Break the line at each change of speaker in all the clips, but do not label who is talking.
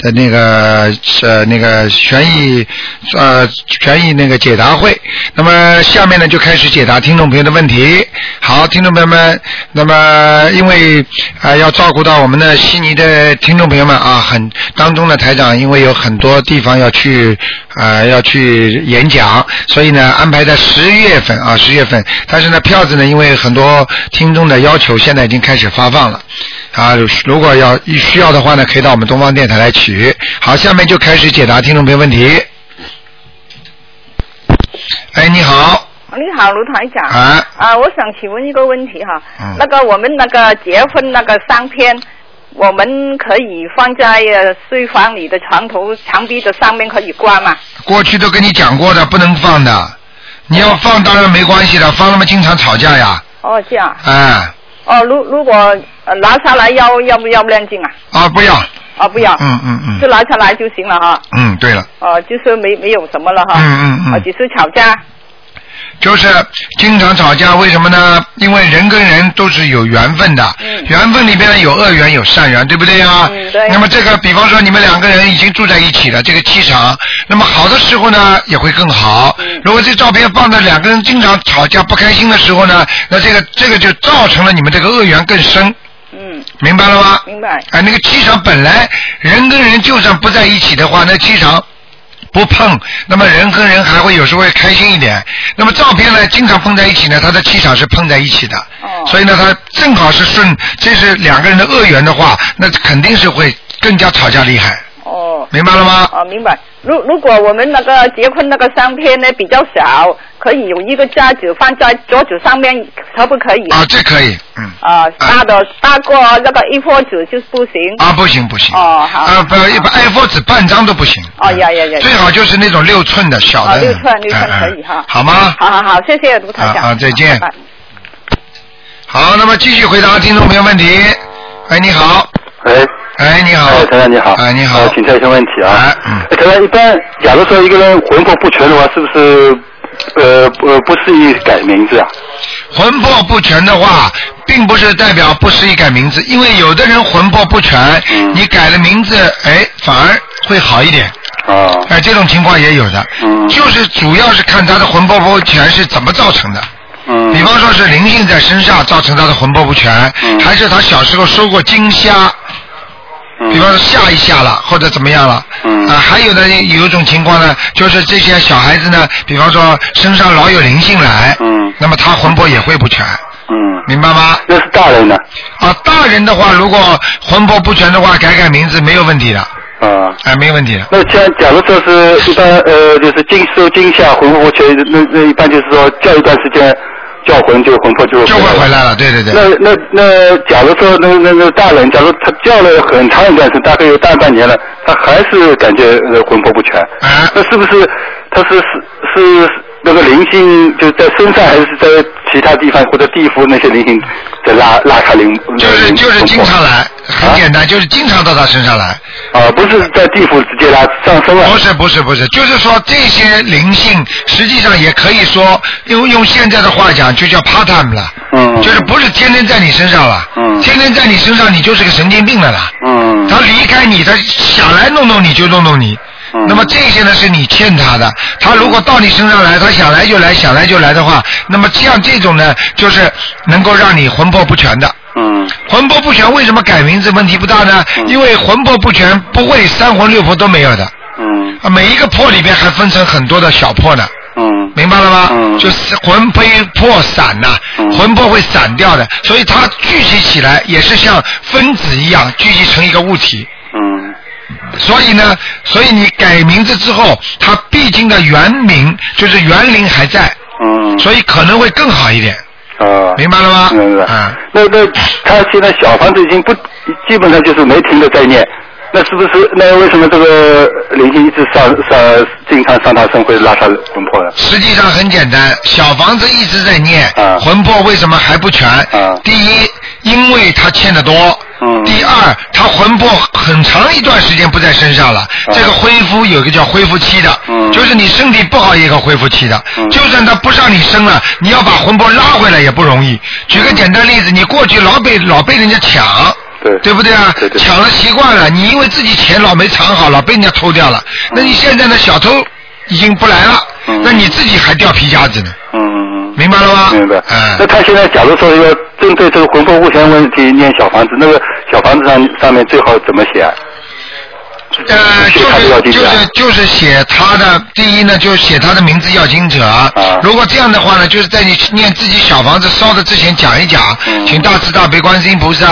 的那个呃那个悬疑呃悬疑那个解答会。那么下面呢就开始解答听众朋友的问题。好，听众朋友们，那么因为啊、呃要照顾到我们的悉尼的听众朋友们啊，很当中的台长因为有很多地方要去啊、呃要去演讲，所以呢安排在十月份啊十月份，但是呢票子呢因为很多听众的要求，现在已经开始发放了。啊，如果要需要的话呢，可以到我们东方电台来取。好，下面就开始解答听众朋友问题。哎，你好，
你好，卢台长。
啊
啊，我想请问一个问题哈。
嗯
那个我们那个结婚那个相片，我们可以放在呃睡房里的床头墙壁的上面可以挂吗？
过去都跟你讲过的，不能放的。你要放当然没关系的，放了嘛经常吵架呀。
哦，这样。
哎，
哦，如如果、呃、拿下来要要不要亮镜啊？
啊，不要，
哦，不要，
嗯嗯
就
嗯，
拿下来就行了哈。
嗯，对了，
哦，就是没没有什么了哈。
嗯嗯嗯
哦，只是吵架。
就是经常吵架，为什么呢？因为人跟人都是有缘分的，
嗯
缘分里边有恶缘有善缘，对不对呀？
嗯对
那么这个，比方说你们两个人已经住在一起了，这个气场，那么好的时候呢也会更好。
嗯
如果这照片放在两个人经常吵架不开心的时候呢，那这个这个就造成了你们这个恶缘更深，
嗯，
明白了吗？
明白。
哎，那个气场本来人跟人就算不在一起的话，那气场不碰，那么人和人还会有时候会开心一点。那么照片呢，经常碰在一起呢，它的气场是碰在一起的，
哦
所以呢，它正好是顺，这是两个人的恶缘的话，那肯定是会更加吵架厉害，
哦。
明白了吗？
哦，明白。如如果我们那个结婚那个相片呢比较小，可以有一个架子放在桌子上面，可不可以？
啊，这可以，嗯。
啊，
啊
大的大过那个一波纸就是不行。
啊，不行不行。
哦好
啊，不，一般 A4 纸半张都不行。
哦呀呀呀呀
最好就是那种六寸的小的。
啊，六寸六寸
嗯嗯
可以哈。
好吗？
好好好，谢谢卢台长。
啊啊再见
拜拜
好，那么继续回答听众朋友问题。哎，你好，
喂，
哎，你好，
哎，陈长你好，
哎，你好
呃，请教一些问题啊
哎，嗯，
陈长，一般假如说一个人魂魄不全的话，是不是呃呃不适宜改名字啊？
魂魄不全的话，并不是代表不适宜改名字，因为有的人魂魄不全，
嗯
你改了名字，哎，反而会好一点，
啊，
哎，这种情况也有的，
嗯
就是主要是看他的魂魄不全是怎么造成的。
嗯，
比方说是灵性在身上造成他的魂魄不全，
嗯
还是他小时候受过惊吓，
嗯
比方说吓一吓了，或者怎么样了。
嗯
啊，还有的有一种情况呢，就是这些小孩子呢，比方说身上老有灵性来，
嗯
那么他魂魄也会不全，
嗯，
明白吗？
那是大人呢，
啊，大人的话，如果魂魄不全的话，改改名字没有问题的，
啊。
哎，没问题的。
那像假如说是一般呃，就是经受惊吓魂魄不全，那那一般就是说叫一段时间，叫魂就魂魄就
就会回来了，对对对。
那那那，假如说那那那大人，假如他叫了很长一段时间，大概有大半年了，他还是感觉呃魂魄不全，
哎
那是不是他是是是那个灵性就在身上，还是在其他地方或者地府那些灵性在拉拉他灵？
就是
灵
就是经常来，很
啊
简单，就是经常到他身上来。
啊，不是在地府直接拉上升了
不是不是不是，就是说这些灵性实际上也可以说用用现在的话讲就叫 part time 了，
嗯
就是不是天天在你身上了，
嗯
天天在你身上你就是个神经病了啦，
嗯
他离开你，他想来弄弄你就弄弄你。
嗯
那么这些呢是你欠他的，他如果到你身上来，他想来就来，想来就来的话，那么像这种呢，就是能够让你魂魄不全的。
嗯
魂魄不全为什么改名字问题不大呢？
嗯
因为魂魄不全不会三魂六魄都没有的。
嗯
啊，每一个魄里边还分成很多的小魄呢，
嗯
明白了吗？
嗯
就是魂魄魄散呐、
嗯
魂魄会散掉的，所以它聚集起来也是像分子一样聚集成一个物体。
嗯
所以呢，所以你改名字之后，它毕竟的原名就是原灵还在，
嗯，
所以可能会更好一点，
啊，
明白了吗？
明白。
啊，
那那他现在小房子已经不，基本上就是没停的在念，那是不是那为什么这个灵性一直上上经常上他身会拉他魂魄呢？
实际上很简单，小房子一直在念，
啊
魂魄为什么还不全？
啊
第一，因为他欠的多；
嗯
第二，他魂魄很长一段时间不在身上了。这个恢复有一个叫恢复期的，
啊嗯
就是你身体不好也有个恢复期的。
嗯
就算他不上你身了，你要把魂魄拉回来也不容易。举个简单例子，你过去老被老被人家抢。
对
对不对啊？
对对
抢了习惯了，你因为自己钱老没藏好，老被人家偷掉了。那你现在呢？小偷已经不来了，
嗯
那你自己还掉皮夹子呢，
嗯，
明白了吗？
明白。那
嗯，
他现在假如说要针对这个魂魄物权问题念小房子，那个小房子上上面最好怎么写啊？
呃，
写
就
他的要
是
经
就
者啊
是就是写他的第一呢，就是写他的名字要经者。啊
啊
如果这样的话呢，就是在你念自己小房子烧的之前讲一讲，
嗯
请大慈大悲观世音菩萨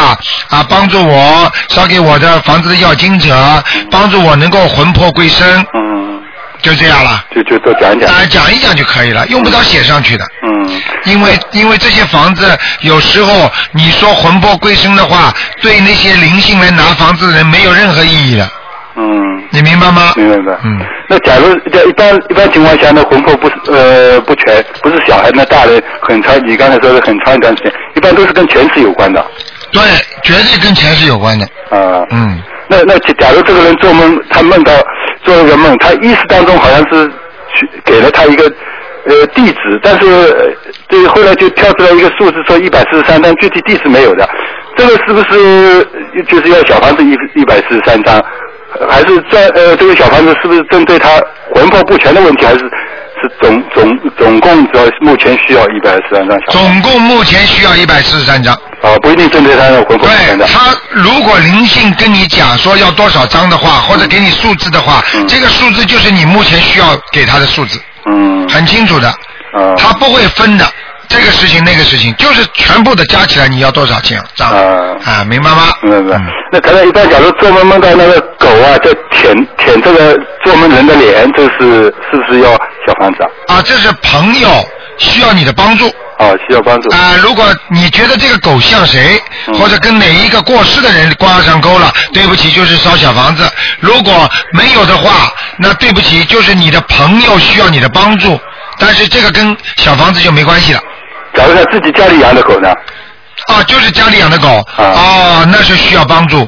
啊帮助我烧给我的房子的要经者，啊帮助我能够魂魄归身，
嗯，
就这样了。
就就多讲一讲
啊、。讲一讲就可以了，用不着写上去的。
嗯
因为因为这些房子有时候你说魂魄归生的话，对那些灵性来拿房子的人没有任何意义的，
嗯。
你明白吗？
明白明白。
嗯。
那假如在一般一般情况下呢，魂魄不是呃不全，不是小孩，那大人很长，你刚才说的很长一段时间，一般都是跟前世有关的。
对，绝对跟钱是有关的。
啊、
嗯，
那那假假如这个人做梦，他梦到做了个梦，他意识当中好像是去给了他一个呃地址，但是呃这后来就跳出来一个数字说一百四十三，但具体地址没有的。这个是不是呃就是要小房子一一百四十三张，呃还是专呃这个小房子是不是针对他魂魄不全的问题，还是是总总总共只要目前需要一百四十三张小房子？
总共目前需要一百四十三张。
啊、不一定针对他的魂魄不全的
对。他如果灵性跟你讲说要多少张的话，或者给你数字的话，
嗯
这个数字就是你目前需要给他的数字，
嗯，
很清楚的，
啊
他不会分的。这个事情那个事情，就是全部的加起来你要多少钱张
啊
啊？明白吗？
明白
嗯。
那可能一般，假如做梦梦到那个狗啊，在舔舔这个做梦人的脸，这是是不是要小房子啊？
啊，这是朋友需要你的帮助
哦，需要帮助。
啊、如果你觉得这个狗像谁，
嗯
或者跟哪一个过世的人挂上钩了，对不起，就是烧小房子。如果没有的话，那对不起，就是你的朋友需要你的帮助，但是这个跟小房子就没关系了。
假如他自己家里养的狗呢？啊
啊，就是家里养的狗，哦，那是需要帮助。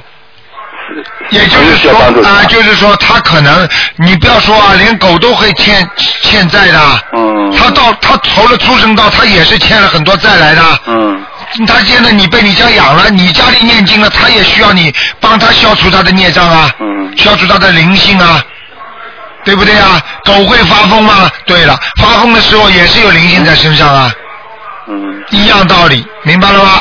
也就是
需要
说
帮助
啊、
是吧
就是说他可能，你不要说啊，连狗都会欠欠债的。
嗯
他到他投了畜生道，他也是欠了很多债来的。
嗯
他现在你被你家养了，你家里念经了，他也需要你帮他消除他的孽障啊，
嗯
消除他的灵性啊，对不对啊？狗会发疯吗？对了，发疯的时候也是有灵性在身上啊，
嗯
一样道理，明白了吗？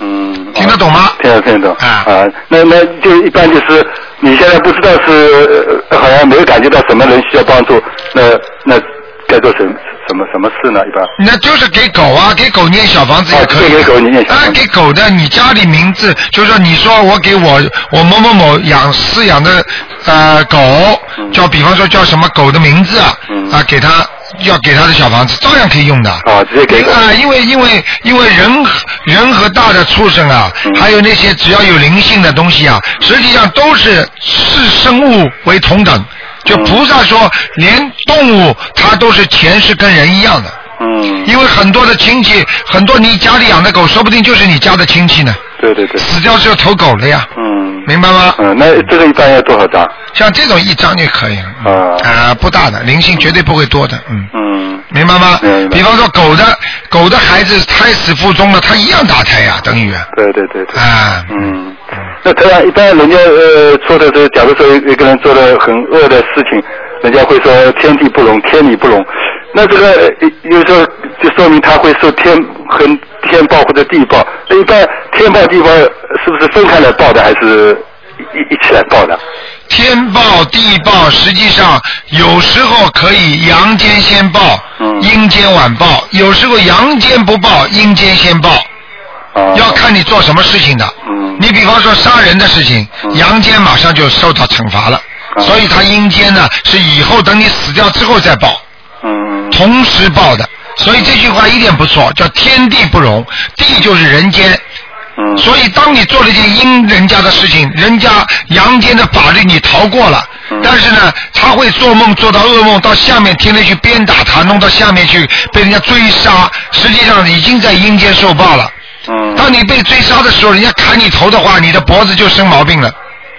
嗯。
听得懂吗？
听得听得懂
啊
啊，那那就一般就是你现在不知道是呃好像没有感觉到什么人需要帮助，那那该做什什么什么事呢？一般
那就是给狗啊，给狗念小房子也可
哦
以。
嗯对给狗念小房子
啊，给狗的，你家里名字，就是说你说我给我我某某某养饲养的呃狗，
嗯
叫比方说叫什么狗的名字啊，
嗯
啊给它要给它的小房子，照样可以用的。啊
啊，直接给狗。
啊，因为因为因为人和人和大的畜生啊，
嗯
还有那些只要有灵性的东西啊，实际上都是视生物为同等。就
嗯
菩萨说，连动物它都是前世跟人一样的，
嗯，
因为很多的亲戚，很多你家里养的狗，说不定就是你家的亲戚呢，
对对对。
死掉之后投狗了呀，
嗯
明白吗？
嗯，那这个一般要多少张？
像这种一张就可以了，嗯
啊
啊，不大的灵性绝对不会多的，嗯。
嗯
明白吗
明白？
比方说狗的狗的孩子胎死腹中了，它一样打胎呀、等于，
对对对对。
啊，
嗯，那这样一般人家呃说的是，假如说一个人做了很恶的事情，人家会说天地不容，天理不容。那这个呃有时候就说明他会受天和天报或者地报。那一般天报地报是不是分开来报的，还是一一起来报的？
天报地报，实际上有时候可以阳间先报，
嗯
阴间晚报；有时候阳间不报，阴间先报，
啊，
要看你做什么事情的。
嗯
你比方说杀人的事情，
嗯
阳间马上就受到惩罚了，
啊
所以他阴间呢是以后等你死掉之后再报。
嗯
同时报的。所以这句话一点不错，叫天地不容。地就是人间，
嗯
所以当你做了一件阴人家的事情，人家阳间的法律你逃过了，
嗯
但是呢，他会做梦做到噩梦，到下面天天去鞭打他，弄到下面去被人家追杀，实际上已经在阴间受报了。
嗯，
当你被追杀的时候，人家砍你头的话，你的脖子就生毛病了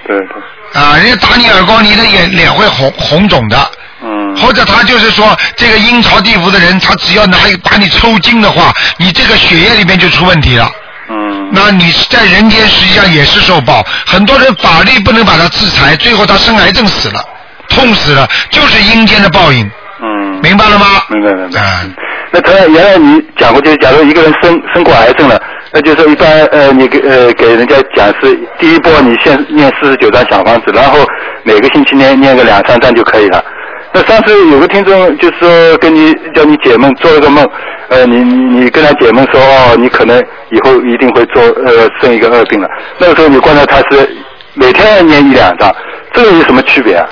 对对，
啊！人家打你耳光，你的眼脸会红红肿的。
嗯，
或者他就是说，这个阴曹地府的人，他只要拿一把你抽筋的话，你这个血液里面就出问题了。
嗯，
那你在人间实际上也是受报，很多人法律不能把他制裁，最后他生癌症死了，痛死了，就是阴间的报应，
嗯，
明白了吗？
明白明白。
啊、
那同样，原来你讲过，就是假如一个人生生过癌症了，那就是说一般呃，你给呃给人家讲是第一波你先念四十九张小房子，然后每个星期念念个两三张就可以了。那上次有个听众就是说跟你叫你解梦，做了个梦，呃，你你你跟他解梦说哦，你可能以后一定会做呃生一个恶病了。那个时候你观察他是每天要念一两张，这个有什么区别啊？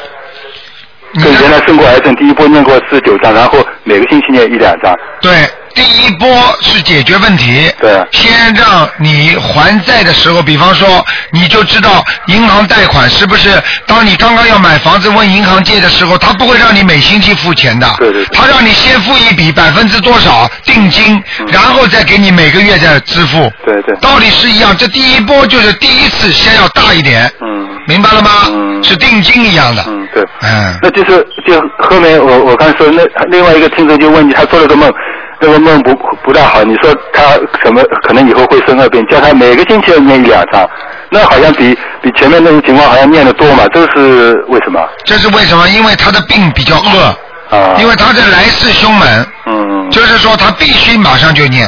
你
跟
看
原来生过癌症，第一波念过四十九张，然后每个星期念一两张，
对，第一波是解决问题。
对
先让你还债的时候，比方说，你就知道银行贷款是不是？当你刚刚要买房子问银行借的时候，他不会让你每星期付钱的。
对对对
他让你先付一笔百分之多少定金，然后再给你每个月再支付。
嗯对对
道理是一样，这第一波就是第一次先要大一点，
嗯
明白了吗？
嗯
是定金一样的。
嗯，对。
嗯
那就是就后面我我刚说那另外一个听众就问你，他做了个梦，那个梦不不大好，你说他什么可能以后会生恶病，叫他每个星期要念一两张，那好像比比前面那种情况好像念的多嘛，这是为什么？
这是为什么？因为他的病比较恶，
啊，
因为他的来势凶猛。
嗯
就是说他必须马上就念，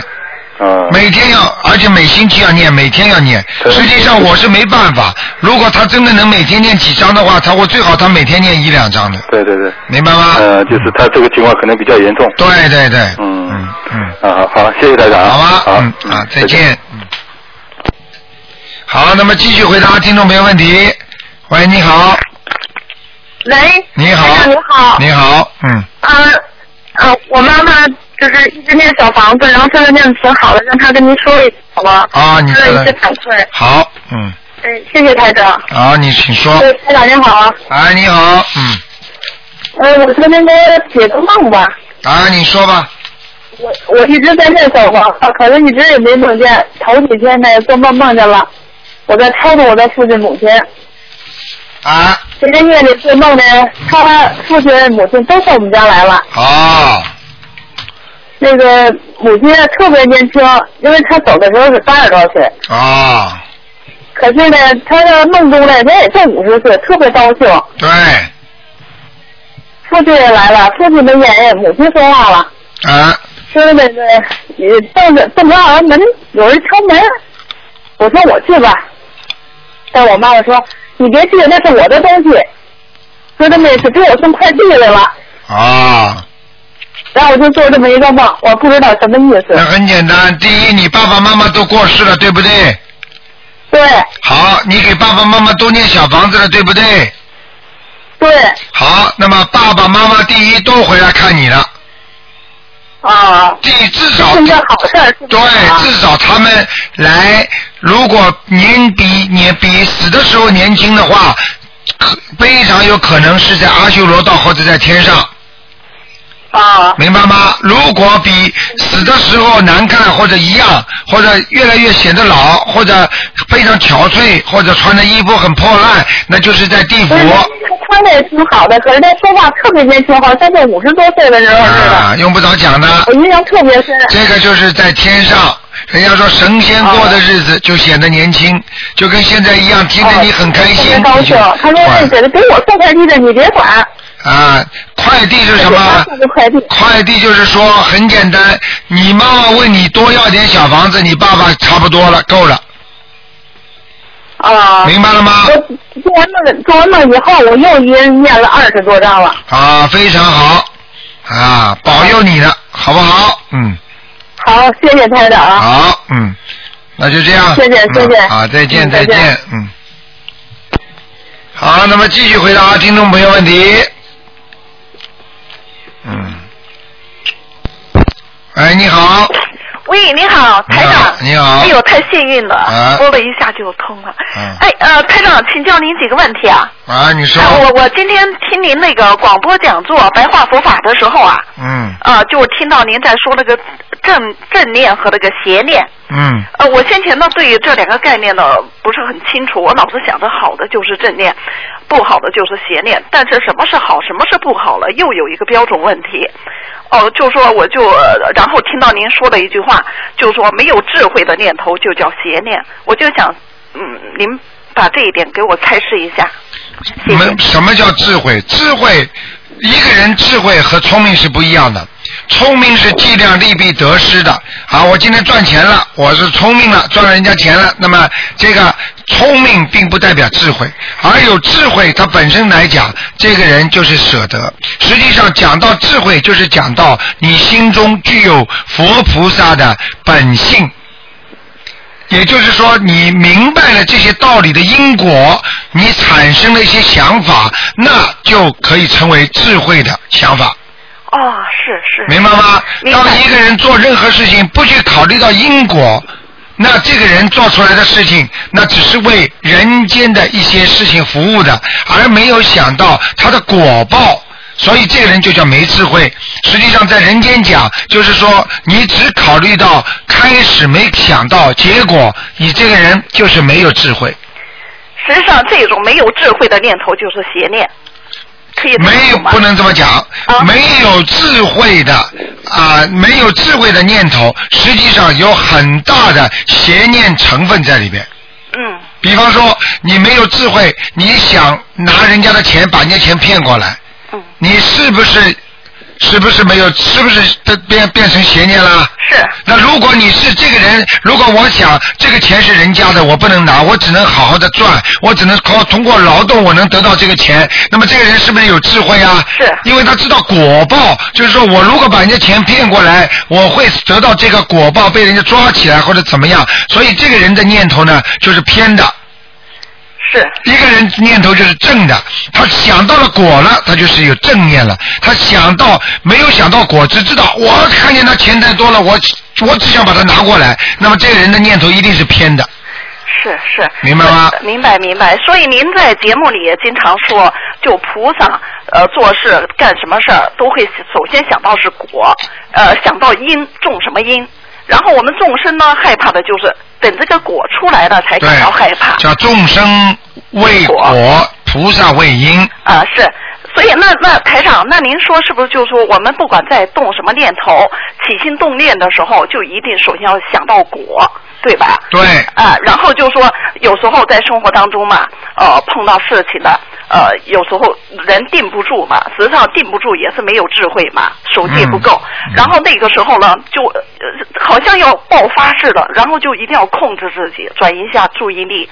啊
每天要，而且每星期要念，每天要念。
对
实际上我是没办法，如果他真的能每天念几章的话，他我最好他每天念一两章的，
对对对，
明白吗？
呃，就是他这个情况可能比较严重。
对对对，
嗯
嗯嗯，
啊，好，好谢谢大家啊。
好吧，
好
嗯啊，再见。嗯好，那么继续回答听众朋友问题。喂，你好，
喂，
你好
台长你好，
你好，嗯，
呃呃，我妈妈就是一直念小房子，然后现在念的挺好的，让她跟您说一声好吗？
啊你
做
说
一些反馈，
好，嗯，
嗯，谢谢台长。
好，你请说。
对，台长您好啊，
哎，你好，嗯，
呃，我昨天给我解个梦吧，
啊，你说吧，
我我一直在念小房子，可是一直也没梦见，头几天呢做梦梦见了，我在超度我的父亲母亲，
啊，
这个月里做梦呢，他父亲母亲都到我们家来了。
好。
那个母亲呢特别年轻，因为她走的时候是八十多岁，
啊，
可是呢，她的梦中呢，她也就五十岁，特别高兴。
对，
父亲也来了，父亲没言语，母亲说话了，
啊，
说那个呃也正着正着好像门有人敲门，我说我去吧，但我妈妈说你别去，那是我的东西，说他们是给我送快递来了，
아.
啊，
然后我就做这么一个梦，我不知道什么意
那
思。
很简单。第一，你爸爸妈妈都过世了，对不对？
对
好，你给爸爸妈妈都念小房子了，对不对？
对，
好，那么爸爸妈妈第一都回来看你了，
啊，
第至
这
少
是一件好事儿，是不是啊
对，至少他们来，如果年比年比死的时候年轻的话，可非常有可能是在阿修罗道或者在天上。
啊，
明白吗？如果比死的时候难看或者一样，或者越来越显得老，或者非常憔悴，或者穿的衣服很破烂，那就是在地府
不是他穿的也挺好的，可是他说话特别年轻，好像是五十多岁的时候似
啊，
的，
用不着讲的
我，印象特别深。
这个就是在天上。人家说神仙过的日
哦
子就显得年轻，就跟现在一样，听着你很开
特别
心，
高
你
兴
就，
他说那
管
姐姐给我送快递的，你别管，
啊，快递是什么
他？送的快递。
快递就是说很简单，你妈妈问你多要点小房子，你爸爸差不多了，够了。
啊，
明白了吗？
我做完梦做完梦以后，我又一人念了二十多章了。
啊，非常好，啊，保佑你的，好不好？嗯，
好，谢谢台长啊。
好，嗯，那就这样。
谢谢
嗯
谢谢
啊，再见，
嗯再见
见，嗯。好，那么继续回答听众朋友问题。嗯。喂，你好。
喂，你好，台
你好
长。
你好
哎呦，太谢幸运的，
啊
拨了一下就通了。
嗯
哎，呃，台长，请教您几个问题啊。
啊，你说
哎，，我我今天听您那个广播讲座白话佛法的时候啊，
嗯
啊，就听到您在说那个正正念和那个邪念。
嗯
呃，我先前呢对于这两个概念呢不是很清楚，我脑子想的好的就是正念，不好的就是邪念。但是什么是好，什么是不好了，又有一个标准问题。哦、就说我就、呃然后听到您说的一句话，就说没有智慧的念头就叫邪念，我就想，嗯，您把这一点给我开示一下，谢谢
我们。什么叫智慧？智慧，一个人智慧和聪明是不一样的。聪明是计量利弊得失的啊！我今天赚钱了，我是聪明了，赚了人家钱了。那么这个聪明并不代表智慧，而有智慧，它本身来讲，这个人就是舍得。实际上讲到智慧，就是讲到你心中具有佛菩萨的本性。也就是说，你明白了这些道理的因果，你产生了一些想法，那就可以成为智慧的想法，
啊
哦，是是。
明白吗？
明白
当一个人做任何事情不去考虑到因果，那这个人做出来的事情，那只是为人间的一些事情服务的，而没有想到他的果报。所以这个人就叫没智慧。实际上，在人间讲，就是说你只考虑到开始，没想到结果，你这个人就是没有智慧。
实际上，这种没有智慧的念头就是邪念，可以这么
没有
说吗
不能这么讲
啊，
没有智慧的啊、没有智慧的念头，实际上有很大的邪念成分在里边。
嗯
比方说，你没有智慧，你想拿人家的钱，把人家钱骗过来，
嗯
你是不是是不是没有？是不是这变变成邪念啦？
是
那如果你是这个人，如果我想这个钱是人家的，我不能拿，我只能好好的赚，我只能靠通过劳动我能得到这个钱。那么这个人是不是有智慧啊？
是
因为他知道果报，就是说我如果把人家钱骗过来，我会得到这个果报，被人家抓起来或者怎么样。所以这个人的念头呢，就是偏的。
是
一个人念头就是正的，他想到了果了，他就是有正念了。他想到没有想到果，只知道我看见他钱太多了，我我只想把它拿过来。那么这个人的念头一定是偏的。
是是，
明白吗
呃明白明白。所以您在节目里也经常说，就菩萨呃做事干什么事儿都会首先想到是果，呃想到因种什么因，然后我们众生呢害怕的就是等这个果出来了才
对
感到害怕，
叫众生为果，菩萨为因。
啊，是。所以那那台长，那您说是不是就是说我们不管在动什么念头、起心动念的时候，就一定首先要想到果，对吧？
对，
啊，然后就说有时候在生活当中嘛，呃，碰到事情了，呃，有时候人定不住嘛，实际上定不住也是没有智慧嘛，手劲不够。
嗯嗯
然后那个时候呢，就、呃、好像要爆发似的，然后就一定要控制自己，转移一下注意力，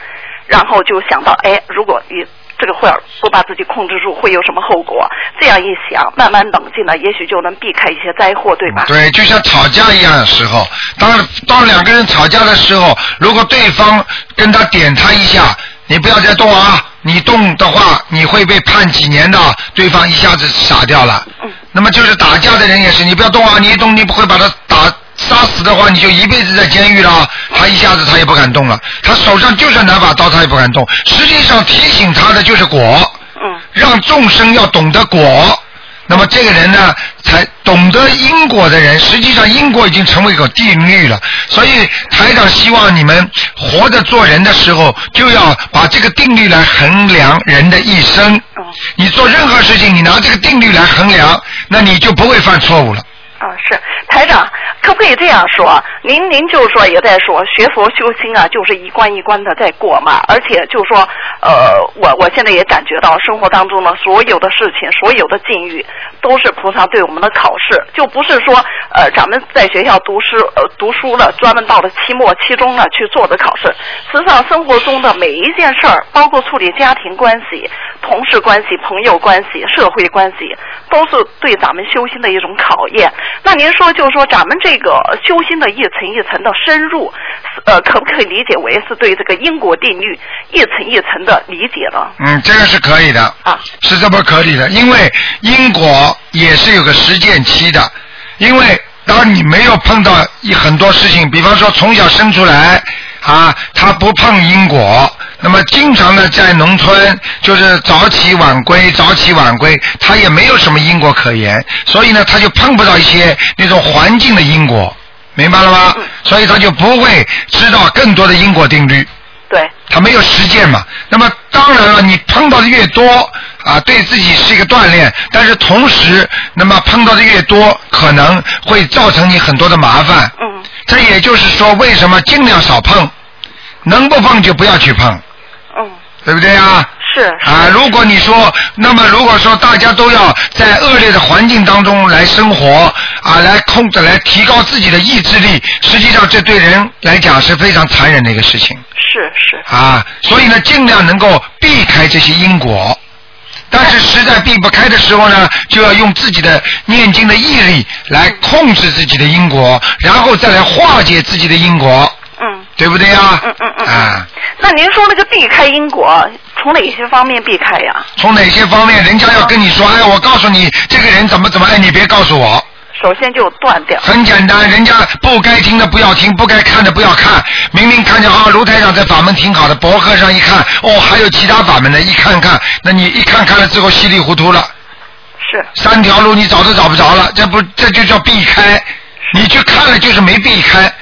然后就想到，哎，如果你。这个会儿不把自己控制住，会有什么后果？这样一想，慢慢冷静了，也许就能避开一些灾祸，对吧？
嗯对，就像吵架一样的时候，当当两个人吵架的时候，如果对方跟他点他一下，你不要再动啊，你动的话，你会被判几年的，对方一下子傻掉了。
嗯
那么就是打架的人也是，你不要动啊，你一动你不会把他打杀死的话，你就一辈子在监狱了。他一下子他也不敢动了，他手上就算拿把刀他也不敢动。实际上提醒他的就是果，
嗯，
让众生要懂得果。那么这个人呢，才懂得因果的人，实际上因果已经成为一个定律了。所以台长希望你们活着做人的时候，就要把这个定律来衡量人的一生。
哦
你做任何事情，你拿这个定律来衡量，那你就不会犯错误了。
啊，是台长，可不可以这样说？您您就说也在说学佛修心啊，就是一关一关的在过嘛，而且就说，呃，我我现在也感觉到生活当中呢，所有的事情，所有的境遇，都是菩萨对我们的考试，就不是说，呃，咱们在学校读书呃读书了，专门到了期末期中了去做的考试。实际上生活中的每一件事儿，包括处理家庭关系、同事关系、朋友关系、社会关系，都是对咱们修心的一种考验。那您说，就是说咱们这个修心的一层一层的深入，是呃，可不可以理解为是对这个因果定律一层一层的理解呢？
嗯，这个是可以的。
啊，
是这么合理的，因为因果也是有个实践期的，因为当你没有碰到一很多事情，比方说从小生出来。啊，他不碰因果。那么经常的在农村，就是早起晚归，早起晚归，他也没有什么因果可言，所以呢，他就碰不到一些那种环境的因果，明白了吗？
嗯
所以他就不会知道更多的因果定律。
对，
他没有实践嘛。那么当然了，你碰到的越多啊，对自己是一个锻炼，但是同时，那么碰到的越多，可能会造成你很多的麻烦。
嗯，
这也就是说，为什么尽量少碰，能不碰就不要去碰，
嗯，
对不对啊？
是是
啊，如果你说，那么如果说大家都要在恶劣的环境当中来生活啊，来控制、来提高自己的意志力，实际上这对人来讲是非常残忍的一个事情。
是是，
啊，所以呢，尽量能够避开这些因果。但是实在避不开的时候呢，就要用自己的念经的毅力来控制自己的因果，然后再来化解自己的因果，
嗯
对不对呀？
嗯嗯嗯。
啊，
那您说那个避开因果，从哪些方面避开呀？
从哪些方面人家要跟你说，
嗯
哎，我告诉你，这个人怎么怎么，哎，你别告诉我。
首先就断掉。
很简单，人家不该听的不要听，不该看的不要看。明明看见啊，卢台长在法门挺好的，博客上一看，哦，还有其他法门的，一看看，那你一看看了之后稀里糊涂了。
是
三条路你找都找不着了，这不这就叫避开。你去看了就是没避开，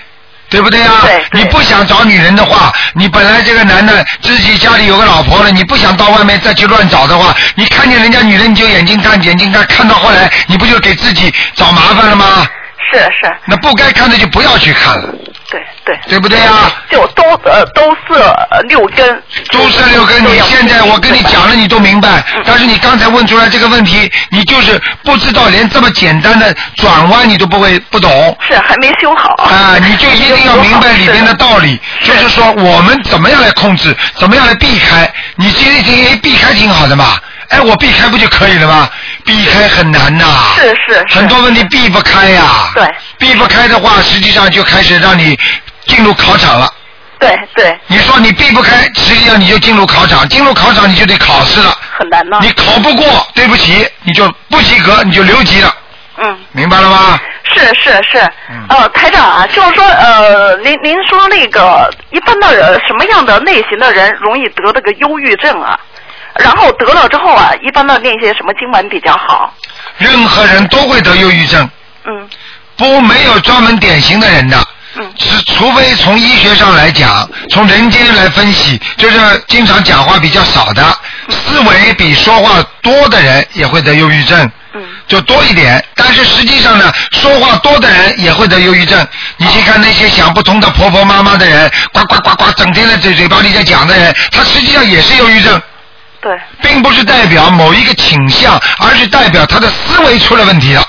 对不对啊？
对对
你不想找女人的话，你本来这个男的自己家里有个老婆了，你不想到外面再去乱找的话，你看见人家女人你就眼睛看眼睛看，看到后来你不就给自己找麻烦了吗？
是是，
那不该看的就不要去看了，
对对。
对不对啊？
就都呃都是呃六根。
都是六根，
都
你
要
现在我跟你讲了，你都明白。
嗯
但是你刚才问出来这个问题，你就是不知道，连这么简单的转弯你都不会不懂
是还没修好。
啊！你就一定要明白里面的道理，就是说我们怎么样来控制，怎么样来避开。你今天听哎避开挺好的嘛，哎我避开不就可以了吗？避开很难呐、
是是是。
很多问题避不开呀、
对
避不开的话，实际上就开始让你进入考场了。
对对，
你说你避不开，实际上你就进入考场，进入考场你就得考试了。
很难呢。
你考不过，对不起，你就不及格，你就留级了，
嗯。
明白了吗？
是是是
嗯，
呃，台长啊，就是说，呃，您您说那个一般的人什么样的类型的人容易得那个忧郁症啊？然后得了之后啊，一般的那些什么经文比较好？
任何人都会得忧郁症，
嗯
不没有专门典型的人的。
嗯
是，除非从医学上来讲，从人间来分析，就是经常讲话比较少的，
嗯
思维比说话多的人也会得忧郁症。
嗯
就多一点，但是实际上呢，说话多的人也会得忧郁症。你去看那些想不通的婆婆妈妈的人，呱呱呱呱，整天在嘴嘴巴里在讲的人，他实际上也是忧郁症，
对，
并不是代表某一个倾向，而是代表他的思维出了问题了，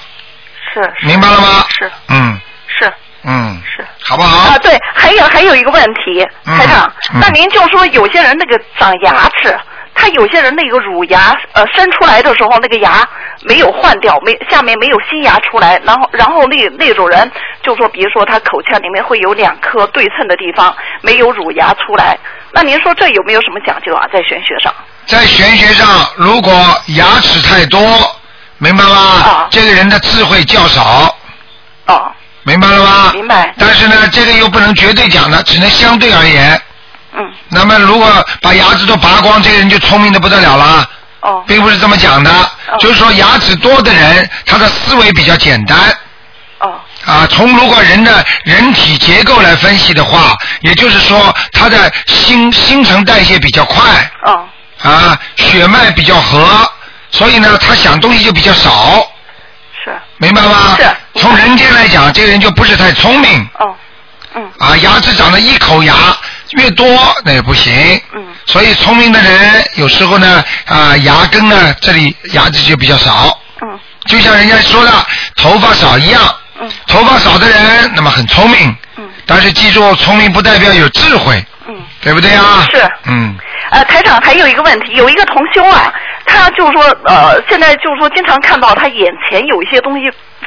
是是
明白了吗？
是
嗯
是
嗯，
是。
好不
啊
好？，
对，还有还有一个问题，
嗯
台长，
嗯
那您就说有些人那个长牙齿，他有些人那个乳牙呃伸出来的时候，那个牙没有换掉，没下面没有新牙出来，然后然后那那种人就说，比如说他口腔里面会有两颗对称的地方没有乳牙出来，那您说这有没有什么讲究啊？在玄学上，
在玄学上，如果牙齿太多，明白吗？
啊
这个人的智慧较少，
哦，
明白了吗？
明白
但是呢，这个又不能绝对讲的，只能相对而言。
嗯，
那么如果把牙齿都拔光，这个人就聪明的不得了了，
哦，
并不是这么讲的，
哦
就是说牙齿多的人，他的思维比较简单。
哦，
啊，从如果人的人体结构来分析的话，也就是说他的新新陈代谢比较快
哦，
啊，血脉比较和，所以呢，他想东西就比较少，
是，
明白吗？
是
从人间来讲，这个人就不是太聪明
哦，嗯
啊，牙齿长了一口牙越多那也不行。
嗯，
所以聪明的人有时候呢，啊、牙根呢这里牙齿就比较少，
嗯
就像人家说的头发少一样。
嗯
头发少的人，那么很聪明，
嗯
但是记住，聪明不代表有智慧，
嗯。
对不对啊？
是
嗯，
呃，台长还有一个问题，有一个同修啊，他就说呃，现在就是说经常看到他眼前有一些东西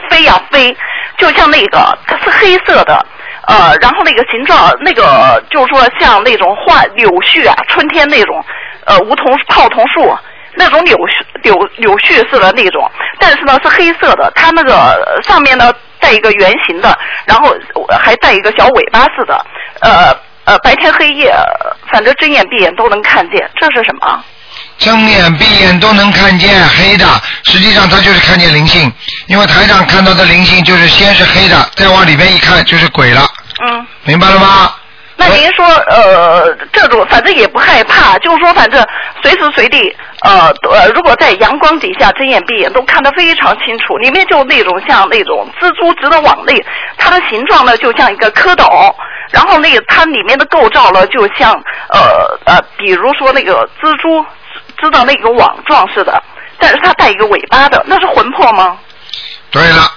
飞呀、飞，就像那个它是黑色的。呃，然后那个形状，那个就是说像那种花柳絮啊，春天那种，呃，梧桐泡桐树啊那种柳絮柳柳絮似的那种，但是呢是黑色的，它那个呃上面呢带一个圆形的，然后呃还带一个小尾巴似的，呃，呃白天黑夜，呃反正睁眼闭眼都能看见，这是什么？啊
睁眼闭眼都能看见黑的，实际上他就是看见灵性，因为台上看到的灵性就是先是黑的，再往里边一看就是鬼了，
嗯，
明白了吗？
那您说呃这种反正也不害怕，就是说反正随时随地呃呃如果在阳光底下睁眼闭眼都看得非常清楚，里面就那种像那种蜘蛛直的网类，它的形状呢就像一个蝌蚪。然后那个它里面的构造呢，就像呃呃，比如说那个蜘蛛知道那个网状似的，但是它带一个尾巴的，那是魂魄吗？
对了，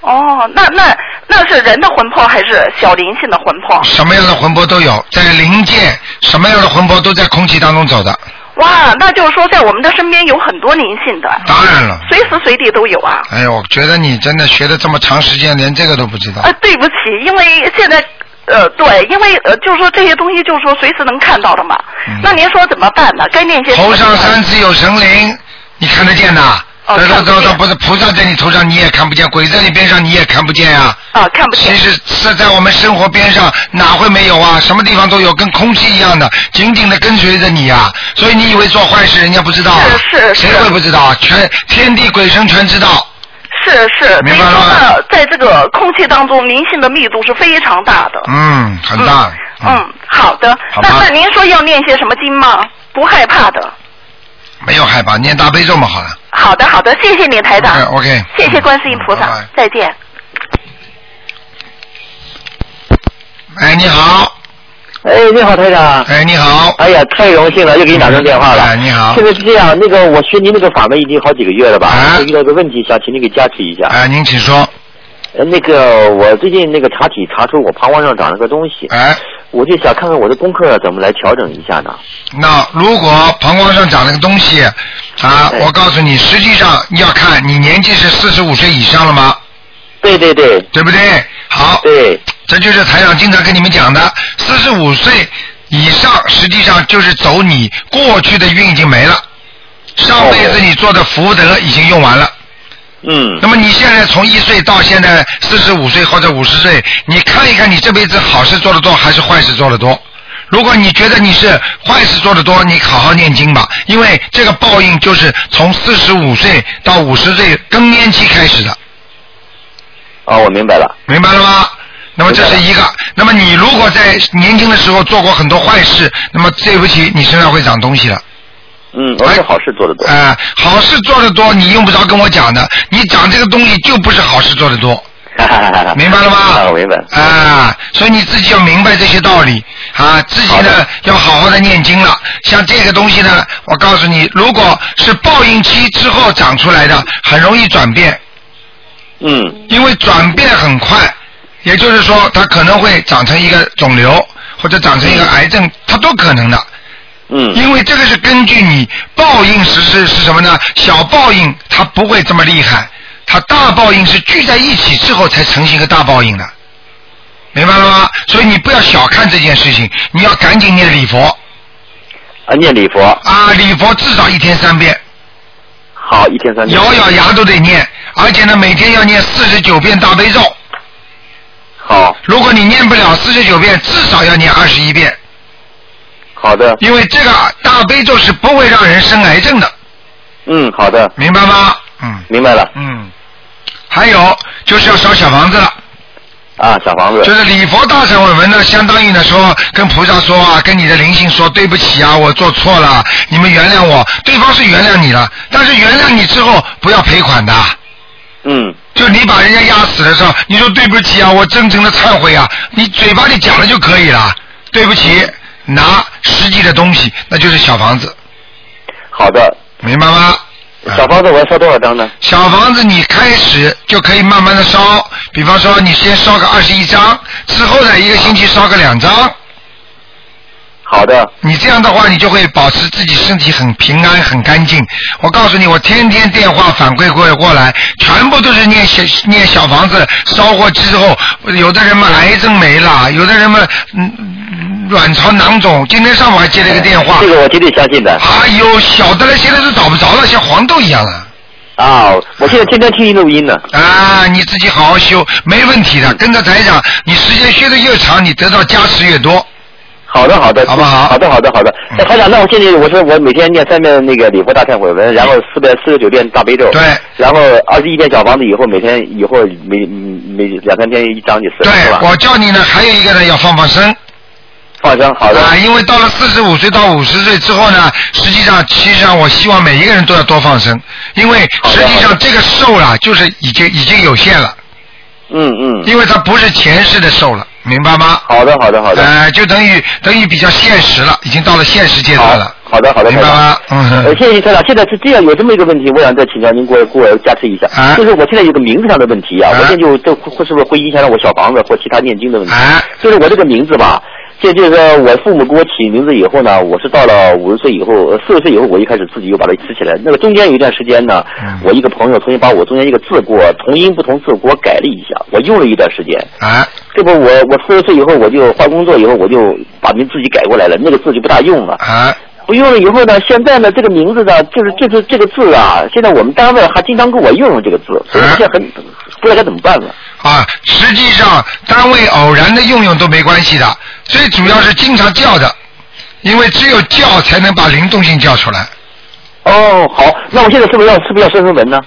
哦，那那那是人的魂魄还是小灵性的魂魄？
什么样的魂魄都有，在灵界什么样的魂魄都在空气当中走的，
哇，那就是说在我们的身边有很多灵性的，
当然了。
随时随地都有啊。
哎呦，我觉得你真的学了这么长时间，连这个都不知道
呃，。对不起，因为现在呃，对，因为呃，就是说这些东西就是说随时能看到的嘛。
嗯
那您说怎么办呢？该念些什么
头上
经文
三尺有神灵，你看得见呐？
哦
这
看不
这这
见
不是菩萨在你头上你也看不见，鬼在你边上你也看不见啊。
啊，看不见
其。实是在我们生活边上，哪会没有啊？什么地方都有，跟空气一样的，紧紧的跟随着你啊。所以你以为做坏事人家不知道啊？
是是是
谁会不知道啊？全天地鬼神全知道。
是是，所
明
以
白了
说
吗
呢，在这个空气当中，灵性的密度是非常大的。
嗯，很大。
嗯，好的。
好吧
那那您说要念些什么经吗？不害怕的。
没有害怕，念大悲咒嘛好了。嗯
好的，好的，谢谢你，台长。
OK，,
谢谢观世音菩萨，
嗯拜拜
再见。
哎，你好，
哎，你好，台长。
哎，你好。
哎呀，太荣幸了，又给你打通电话了。
哎你好
现在是这样，那个我学您那个法门已经好几个月了吧？
啊
我遇到个问题，想请您给加持一下。
哎，您请说。
呃那个我最近那个查体查出我膀胱上长了个东西，
哎，
我就想看看我的功课怎么来调整一下呢？
那如果膀胱上长了个东西，啊，
对
我告诉你，实际上要看你年纪是四十五岁以上了吗？
对对对
对不对？好，
对，
这就是台长经常跟你们讲的，四十五岁以上，实际上就是走你过去的运已经没了，上辈子你做的福德已经用完了。
嗯
那，么你现在从一岁到现在四十五岁或者五十岁，你看一看你这辈子好事做得多还是坏事做得多？如果你觉得你是坏事做得多，你好好念经吧，因为这个报应就是从四十五岁到五十岁更年期开始的。
哦，我明白了。
明白了吗？那么这是一个。那么你如果在年轻的时候做过很多坏事，那么对不起，你身上会长东西了。
嗯，我是好事做的多。
哎、好事做得多，你用不着跟我讲的。你长这个东西就不是好事做得多，
哈哈哈哈
明白了吗？
啊，我明白。
啊，所以你自己要明白这些道理啊，自己
好
呢
的
要好好的念经了。像这个东西呢，我告诉你，如果是报应期之后长出来的，很容易转变。
嗯，
因为转变很快，也就是说，它可能会长成一个肿瘤，或者长成一个癌症，它都可能的。
嗯，
因为这个是根据你报应实施是什么呢？小报应它不会这么厉害，它大报应是聚在一起之后才成型一个大报应的，明白了吗？所以你不要小看这件事情，你要赶紧念礼佛
啊，念礼佛，
啊，礼佛至少一天三遍，
好，一天三遍。
咬咬牙都得念，而且呢，每天要念四十九遍大悲咒。
好，
如果你念不了四十九遍，至少要念二十一遍，
好的，
因为这个大悲咒是不会让人生癌症的，
嗯，好的，
明白吗？嗯
明白了。
嗯。还有就是要烧小房子了，
啊，小房子。
就是礼佛大忏悔文呢，相当于呢说跟菩萨说啊，跟你的灵性说对不起啊，我做错了，你们原谅我。对方是原谅你了，但是原谅你之后不要赔款的。
嗯，
就你把人家压死的时候，你说对不起啊，我真诚的忏悔啊，你嘴巴里讲了就可以了。对不起，拿实际的东西，那就是小房子，
好的。
明白吗？啊
小房子我要烧多少张呢？
小房子你开始就可以慢慢的烧，比方说你先烧个二十一张，之后呢一个星期烧个两张，
好的，
你这样的话你就会保持自己身体很平安很干净。我告诉你，我天天电话反馈过过来，全部都是念小念小房子烧过之后，有的人嘛癌症没了，有的人嘛嗯卵巢囊肿。今天上午还接了一个电话
这，个我绝对相信的。
哎呦，小的了现在都找不着了，像黄豆一样了。
啊，我现在天天听您录音呢。
啊，你自己好好修，没问题的。跟着台长，你时间修的越长，你得到加持越多。
好的，好的，
好不好
好的，好的，好的。
嗯
那台长，那我现在我说我每天念三遍那个礼佛大忏悔文，然后四百四十九遍大悲咒，
对，
然后二十一遍小房子，以后每天以后每每两三天一张就四
对
了，是，吧？
我叫你呢，还有一个呢，要放放生。
放生，好的，
啊，因为到了四十五岁到五十岁之后呢，实际上，其实上我希望每一个人都要多放生，因为
好的
实际
好
上
的
这个寿啦，就是已经已经有限了，
嗯嗯，
因为它不是前世的寿了，明白吗？
好的，好的，好的，
呃，就等于等于比较现实了，已经到了现实阶段
好
了，
好的，好的，
明白吗？嗯。
呃，谢谢您，台长。现在是这样，有这么一个问题，我想再请教您给我给我加持一下。
啊
就是我现在有个名字上的问题啊，
啊
我现在就这会是不是会影响到我小房子或其他念经的问题？啊
哎，
就是我这个名字吧，这就是说我父母给我起名字以后呢，我是到了五十岁以后，呃四十岁以后，我一开始自己又把它吃起来。那个中间有一段时间呢，
嗯
我一个朋友重新把我中间一个字给我同音不同字给我改了一下，我用了一段时间。
哎，
这不我我四十岁以后我就换工作以后我就把名自己改过来了，那个字就不大用了。
哎，
不用了以后呢，现在呢，这个名字呢，就是就是这个字啊，现在我们单位还经常给我用这个字，所以我现在很不知道该怎么办了。
啊，实际上单位偶然的用用都没关系的，最主要是经常叫的，因为只有叫才能把灵动性叫出来。
哦，好，那我现在是不是要是不是要申申文呢？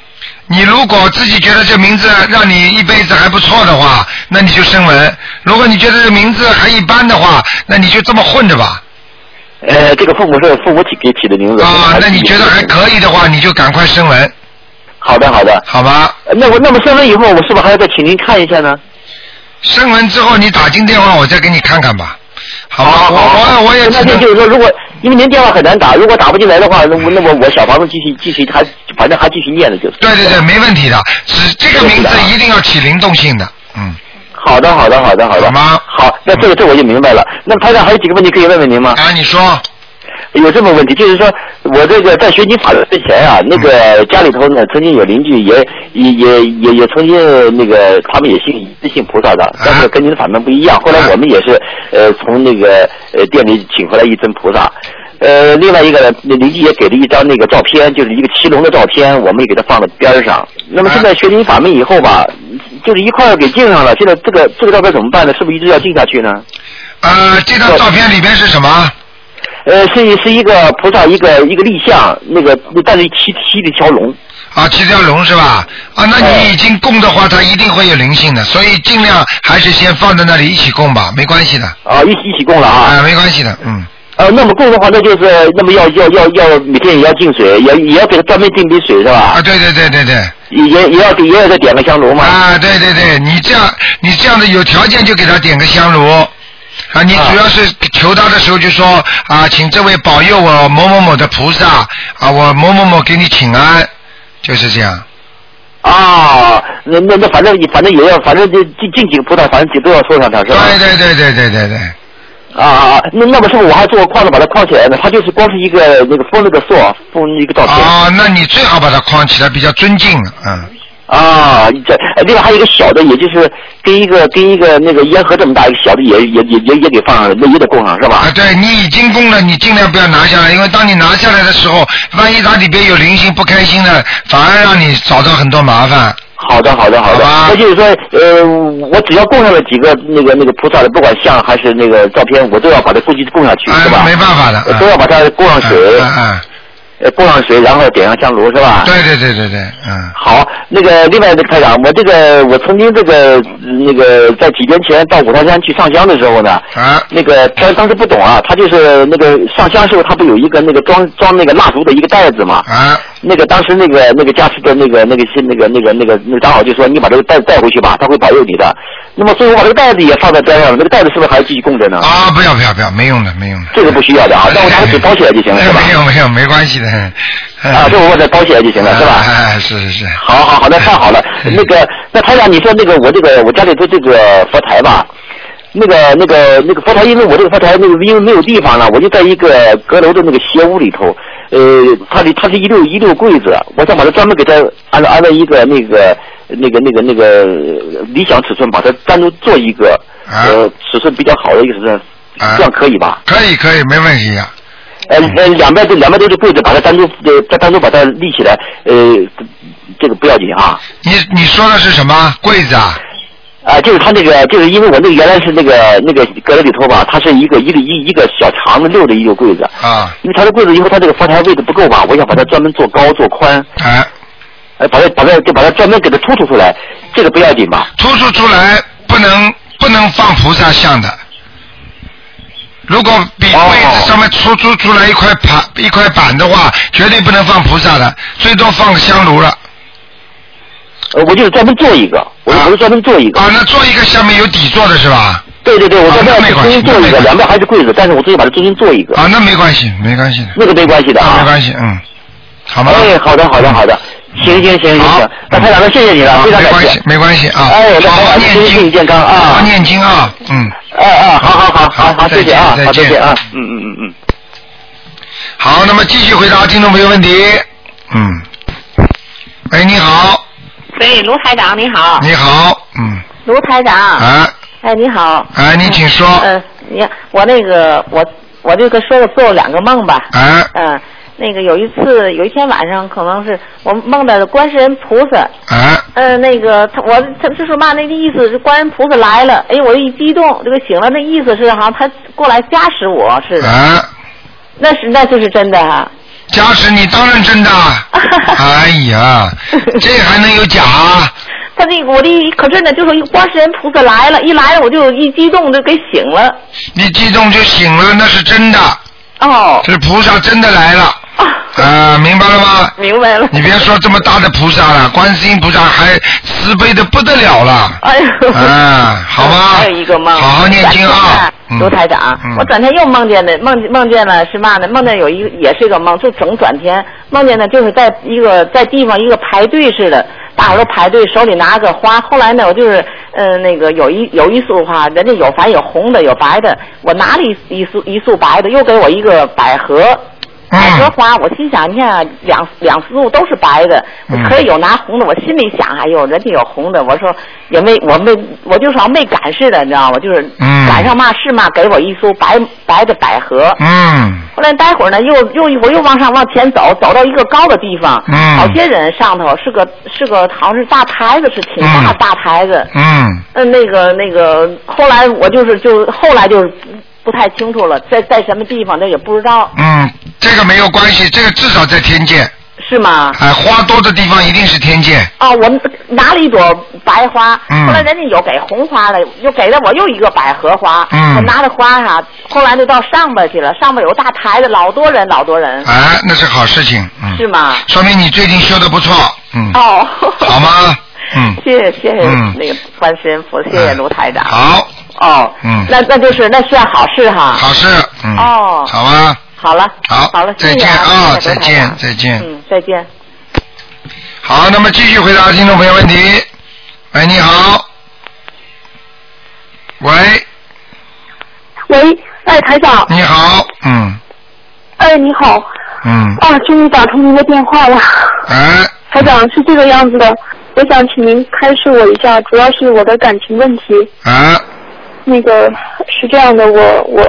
你如果自己觉得这名字让你一辈子还不错的话，那你就升文；如果你觉得这名字还一般的话，那你就这么混着吧。
呃，这个父母是父母起给起的名字
啊，那你觉得还
以？
可以的话，你就赶快升文，
好的，好的。
好吧？
呃那我那么申文以后，我是不是还要再请您看一下呢？
升文之后，你打进电话，我再给你看看吧。好吧，
好好
我我我也
那
知道
就就是说，如果因为您电话很难打，如果打不进来的话，那我那么我小房子继续继续还反正还继续念了就是。
对对对，。没问题的，只这个名字一定要起灵动性的，嗯，
好的，好的，好的，好的。
好吗
好，那这个这我就明白了。那台长还有几个问题可以问问您吗？
啊，你说，
有这么个问题，就是说我这个在学习法律之前啊，那个家里头呢，曾经有邻居也也也也也曾经那个他们也信信菩萨的，但是跟您的法门不一样。后来我们也是呃从那个呃店里请回来一尊菩萨。呃，另外一个呢，那邻居也给了一张那个照片，就是一个骑龙的照片，我们也给它放在边儿上。那么现在学您法门以后吧，就是一块儿给敬上了。现在这个这个照片怎么办呢？是不是一直要敬下去呢？
呃，这张照片里边是什么？
呃，是一是一个菩萨，一个一个立像，那个但是骑骑着一条龙。哎
啊，七条龙是吧？啊，那你
对
已经供的话，它一定会有灵性的，所以尽量还是先放在那里一起供吧，没关系的，
啊，一起一起供了啊。
啊，没关系的，嗯，
呃，那么供的话，那就是那么要要要要每天也要净水，也也要给他专门定杯水是吧
啊，？对对对对对，
也也也要给也要再点个香炉嘛。
啊，对对对，你这样你这样的有条件就给他点个香炉。啊，你主要是求他的时候就说啊，请这位保佑我某某某的菩萨啊，我某某某给你请安，就是这样。
啊，那那那反正反正也要，反正就进进几个菩萨，反正几个都要说上他是
对
吧？
对对对对对对，
啊啊，啊那那么是不是我还做个框子把它框起来呢？它就是光是一个那个封了个塑，封一个照片。
哦，那你最好把它框起来，比较尊敬，嗯，
啊，这呃另外还有一个小的，也就是跟一个跟一个那个烟盒这么大一个小的也，也也也也给放上，那也得供上是
啊
吧？，
对你已经供了，你尽量不要拿下来，因为当你拿下来的时候，万一它里边有灵性不开心的，反而让你找到很多麻烦。
好的，好的，好的。
好吧
那就是说，呃，我只要供上了几个那个那个菩萨的，不管像还是那个照片，我都要把它估计供上去，是吧
哎，？没办法的，
我都要把它供上水，
嗯嗯
呃供上水，然后点上香炉，是吧？
嗯，。对对对对对，嗯。
好，那个另外那个台长，我这个我曾经这个那个在几年前到五台山去上香的时候呢，
啊
那个当当时不懂啊，他就是那个上香时候，他不有一个那个装装那个蜡烛的一个袋子嘛？
啊
那个当时那个那个加持的那个那个是那个那个那个那个长老就说你把这个袋子带回去吧，他会保佑你的。那么所以我把这个袋子也放在边上了，那个袋子是不是还继续供着呢？
啊！不要不要不要，没用的没用的。
这个不需要的啊，那我拿个纸包起来就行了，是吧
哎？没有没有，没关系的。嗯
啊，这我把它包起来就行了，是吧？
哎，哎是是嗯是。
好好好，那太好了。那个，那台长，你说那个我这个我家里头这个佛台吧，那个那个那个佛台，因为我这个佛台那个因为没有地方了，我就在一个阁楼的那个斜屋里头，呃，它里它是一溜一溜柜子，我想把它专门给它安安了一个那个那个那个那个呃理想尺寸，把它单独做一个
啊
呃尺寸比较好的一个尺寸，
啊嗯
这样可以吧？
可以可以，没问题的。啊
呃呃两边都两边都是柜子，把它单独呃再单独把它立起来，呃这个不要紧啊。
你你说的是什么柜子啊？
啊，就是它那个，就是因为我那个原来是那个那个格雷里托吧，它是一个一个一一个小长的六的一个柜子，
啊，
因为它的柜子以后它这个佛台位置不够吧，我想把它专门做高做宽，
哎，
哎，把它把它就把它专门给它突出出来，这个不要紧吧？
突出出来不能不能放菩萨像的。如果比柜子上面突出出来一块板一块板的话，绝对不能放菩萨的，最多放香炉了。
呃，我就是专门做一个，我就我就专门做一个。
啊，那做一个下面有底座的是吧？
对对对，我
啊
专门
那没
中
关系
间做
那
一
没
个，
关系
两边还是柜子，但是我最近把它中间做一个，
啊，那没关系，没关系的，
那个没关系的
那没
啊。
关系，嗯，好吗？嗯
哎，好的好的好的，行行行行
好
行，那台长，那谢谢你了，
啊
非常
没
感
关
谢
系。，没关系啊。
哎那
好
好
好
好
念
身体
经，
健康啊
好好念经啊，嗯。
哎哎，好好好好
好
好，谢谢啊，好
再见再
再
见
见啊，嗯嗯嗯嗯。
好，那么继续回答听众朋友问题。嗯。喂，你好，
喂，卢台长，你好。
你好，嗯，
卢台长。
哎
哎，你好。
哎，你请说，
嗯、你我那个我我这个说我做了两个梦吧。
哎
嗯、那个有一次有一天晚上，可能是我梦到了观世音菩萨。
哎
嗯、那个他我他就是嘛，那个意思是观世音菩萨来了，哎，我一激动，这个醒了，那意思是好像他过来加持我似的，
哎，
那是那就是真的 哈、
加持你当然真的。
呃
哎呀， 这还能有假？啊
他那个我这一可是呢，就是一个观世音菩萨来了，一来了我就一激动就给醒了，
你激动就醒了，那是真的，
哦，
这菩萨真的来了，啊、
啊，
明白了吗？
明白了。
你别说这么大的菩萨了，观世音菩萨还慈悲的不得了了。
哎呦，
啊，好吧，
还有一个梦，
好好念经啊，嗯
卢台长，
嗯
我转天又梦见的，梦见梦见了是嘛呢？梦见有一个也是个梦，就整转天梦见呢，就是在一个在地方一个排队似的，大伙儿都排队，手里拿个花。后来呢，我就是呃那个有一有一束花，人家有反正有红的有白的，我拿了一一束一束白的，又给我一个百合。
哎
嗯
百合花，我心想，你看啊两两束都是白的，
嗯
可以有拿红的。我心里想，哎呦，人家有红的，我说也没，我没，我就是好像没赶似的，你知道吗？就是
嗯
赶上嘛是嘛，给我一束白白的百合。
嗯
后来待会儿呢，又又我又往上往前走，走到一个高的地方，
嗯
好些人上头是个是个好像是大牌子，是挺大
嗯
的大牌子。
嗯
嗯，那个那个，后来我就是就后来就是不太清楚了，在在什么地方，那也不知道
嗯，这个没有关系，这个至少在天界，
是吗？
哎、花多的地方一定是天界，
啊，我拿了一朵白花，
嗯
后来人家有给红花的，又给了我又一个百合花，
嗯
我拿着花哈、后来就到上边去了，上边有大台子，老多人，老多人，
哎、那是好事情，嗯，
是吗？
说明你最近修的不错，嗯，
哦，
好？吗？嗯，
谢 谢谢谢、
嗯
那个观世音菩萨，谢谢卢台长。
好，
哦，
嗯
那那就是那算好事哈。
好事，嗯，
哦
好吧，
好了，
好
好了，
再
谢谢
见啊
谢谢卢
再见
台长
再见
嗯，再见。
好，那么继续回答听众朋友问题。喂，你好，喂，
喂，哎，台长，
你好，嗯
哎，你好，
嗯，
啊，终于打通您的电话了。
哎，
台长是这个样子的，我想请您开示我一下，主要是我的感情问题。
哎，
那个是这样的，我我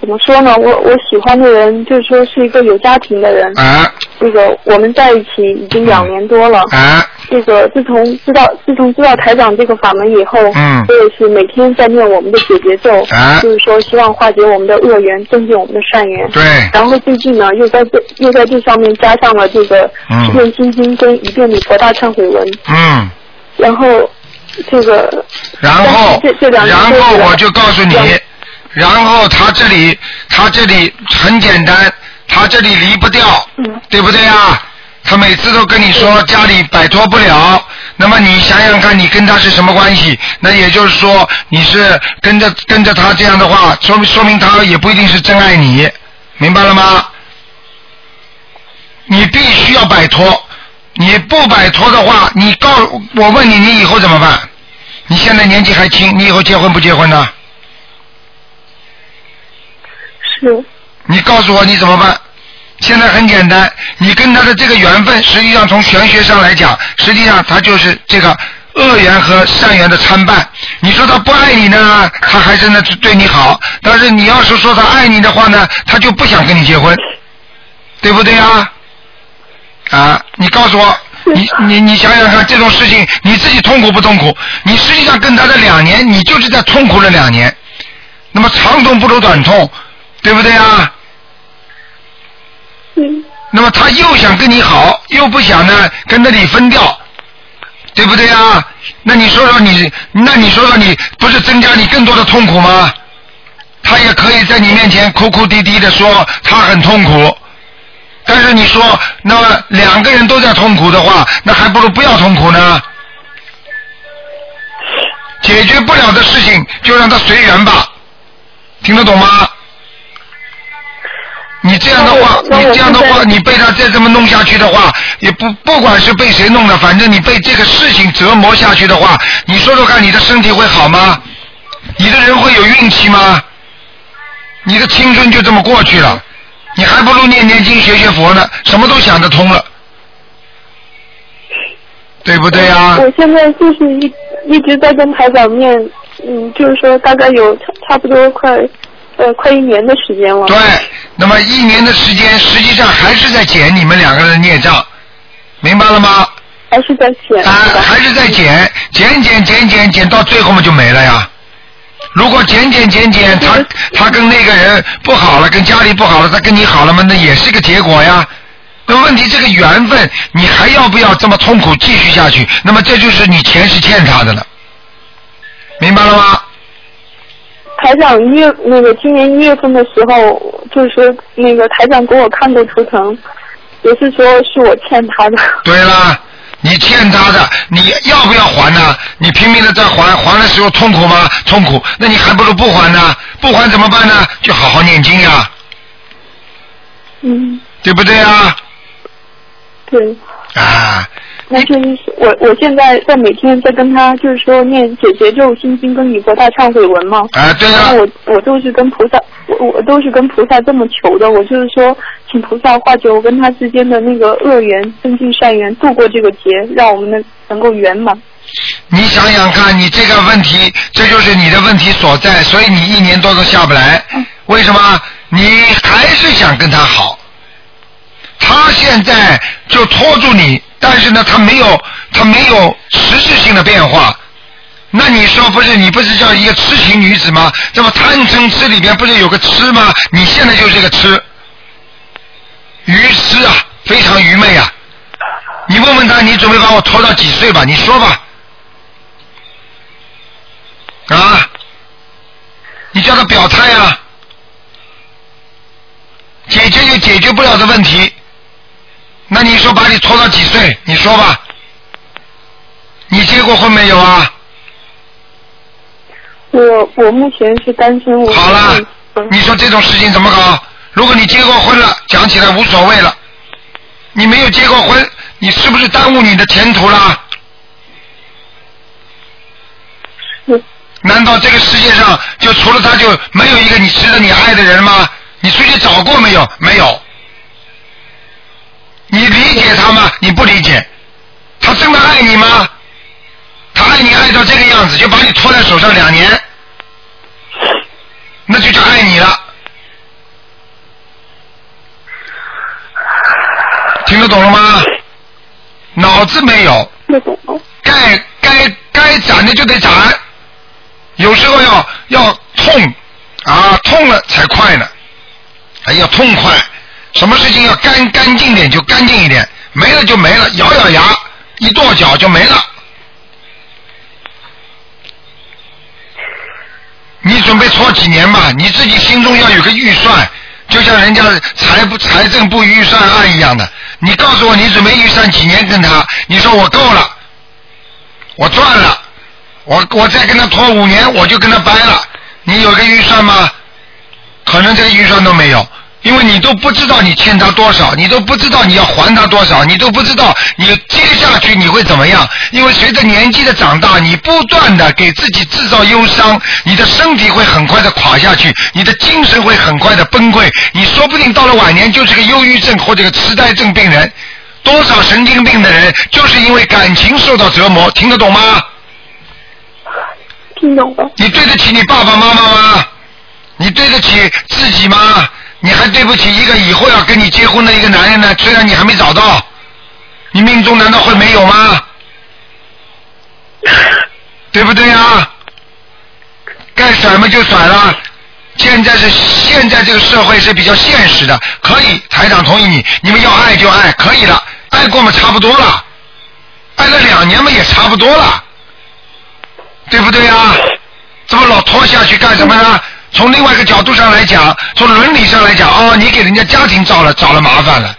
怎么说呢？我我喜欢的人就是说是一个有家庭的人，
哎，
这个我们在一起已经两年多了。
哎，
这个自从知道自从知道台长这个法门以后，
嗯
我也是每天在念我们的解结咒，
哎
就是说希望化解我们的恶缘，增进我们的善缘。
对，
然后最近呢，又在这又在这上面加上了这个
嗯
十遍心经跟一遍礼佛大忏悔文，
嗯。
然后这个
然后
这这，两
然
年多
后
以来
我就告诉你
两，
然后他这里，他这里很简单，他这里离不掉，
嗯
对不对啊？他每次都跟你说家里摆脱不了，那么你想想看，你跟他是什么关系？那也就是说，你是跟着跟着他这样的话，说明说明他也不一定是真爱你，明白了吗？你必须要摆脱，你不摆脱的话，你告我问你，你以后怎么办？你现在年纪还轻，你以后结婚不结婚呢？
是
你告诉我你怎么办？现在很简单，你跟他的这个缘分，实际上从玄学上来讲，实际上他就是这个恶缘和善缘的参半。你说他不爱你呢，他还是呢对你好；但是你要是说他爱你的话呢，他就不想跟你结婚，对不对啊？啊，你告诉我，你你你想想看，这种事情你自己痛苦不痛苦？你实际上跟他的两年，你就是在痛苦了两年。那么长痛不如短痛，对不对啊？
嗯。
那么他又想跟你好，又不想呢跟着你分掉，对不对啊？那你说说你，那你说说你，不是增加你更多的痛苦吗？他也可以在你面前哭哭啼啼的说他很痛苦，但是你说那么两个人都在痛苦的话，那还不如不要痛苦呢。解决不了的事情就让他随缘吧，听得懂吗？你这样的话，
那
你
我
这样的
那我
话，
现在
你被他再这么弄下去的话，也不不管是被谁弄的，反正你被这个事情折磨下去的话，你说说看，你的身体会好吗？你的人会有运气吗？你的青春就这么过去了，你还不如念念经学学佛呢，什么都想得通了，对不对啊？
我现在就是一一直在跟台长念，嗯，就是说大概有差差不多快呃快一年的时间了。
对，那么一年的时间，实际上还是在减你们两个人的孽障，明白了吗？
还是在写。
啊，还是在减，减减减减减，到最后嘛就没了呀。如果减减减减，他他跟那个人不好了，跟家里不好了，他跟你好了嘛，那也是个结果呀。那问题这个缘分，你还要不要这么痛苦继续下去？那么这就是你前世欠他的了，明白了吗？
台长一月那个今年一月份的时候，就是说那个台长给我看过图腾，也是说是我欠他的。
对啦，你欠他的，你要不要还呢？你拼命的在还，还的时候痛苦吗？痛苦，那你还不如不还呢。不还怎么办呢？就好好念经呀，
嗯，
对不对啊？
对。
啊，
那就是我我现在在每天在跟他就是说念解结咒心经跟礼佛大忏悔文嘛。
啊，对
然
啊
后，我我都是跟菩萨，我我都是跟菩萨这么求的，我就是说，请菩萨化解我跟他之间的那个恶缘，增进善缘，度过这个劫，让我们能能够圆满。
你想想看，你这个问题，这就是你的问题所在，所以你一年多都下不来。为什么？你还是想跟他好，他现在就拖住你，但是呢，他没有，他没有实质性的变化。那你说不是？你不是叫一个痴情女子吗？那么贪嗔痴里边不是有个痴吗？你现在就是个痴，愚痴啊，非常愚昧啊！你问问他，你准备把我拖到几岁吧？你说吧。啊，你叫他表态啊，解决有解决不了的问题，那你说把你拖到几岁？你说吧，你结过婚没有啊？
我我目前是单身，我
好了
嗯
你说这种事情怎么搞？如果你结过婚了，讲起来无所谓了，你没有结过婚，你是不是耽误你的前途啦？
是
难道这个世界上就除了他就没有一个你值得你爱的人吗？你出去找过没有？没有。你理解他吗？你不理解。他真的爱你吗？他爱你爱到这个样子，就把你拖在手上两年，那就叫爱你了。听得懂了吗？脑子没有，
那种哦
该该该斩的就得斩，有时候要要痛啊，痛了才快呢，哎，要痛快，什么事情要干干净点就干净一点，没了就没了，咬咬牙，一跺脚就没了。你准备拖几年吧，你自己心中要有个预算，就像人家财不财政部预算案一样的。你告诉我你准备预算几年跟他，你说我够了，我赚了，我我再跟他拖五年，我就跟他掰了。你有个预算吗？可能这个预算都没有，因为你都不知道你欠他多少，你都不知道你要还他多少，你都不知道你接下去你会怎么样。因为随着年纪的长大，你不断的给自己制造忧伤，你的身体会很快的垮下去，你的精神会很快的崩溃，你说不定到了晚年就是个忧郁症或者个痴呆症病人。多少神经病的人就是因为感情受到折磨，听得懂吗？
听懂了。
你对得起你爸爸妈妈吗？你对得起自己吗？你还对不起一个以后要跟你结婚的一个男人呢？虽然你还没找到，你命中难道会没有吗？对不对啊？该甩嘛就甩了。现在是现在这个社会是比较现实的，可以，台长同意你，你们要爱就爱，可以了，爱过嘛差不多了，爱了两年嘛也差不多了，对不对啊？怎么老拖下去干什么呢？从另外一个角度上来讲，从伦理上来讲，哦，你给人家家庭造了找了麻烦了。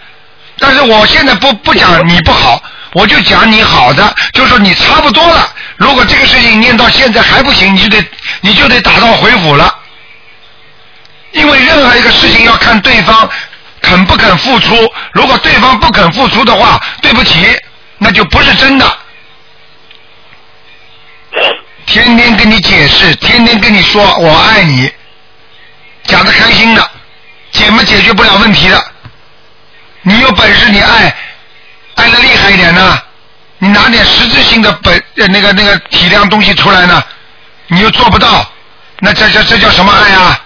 但是我现在不不讲你不好，我就讲你好的，就说你差不多了。如果这个事情念到现在还不行，你就得你就得打道回府了。因为任何一个事情要看对方肯不肯付出，如果对方不肯付出的话，对不起，那就不是真的。天天跟你解释，天天跟你说我爱你，讲的开心的，解么解决不了问题的。你有本事你爱，爱的厉害一点呢，你拿点实质性的本呃那个那个体量东西出来呢，你又做不到，那这这这叫什么爱啊？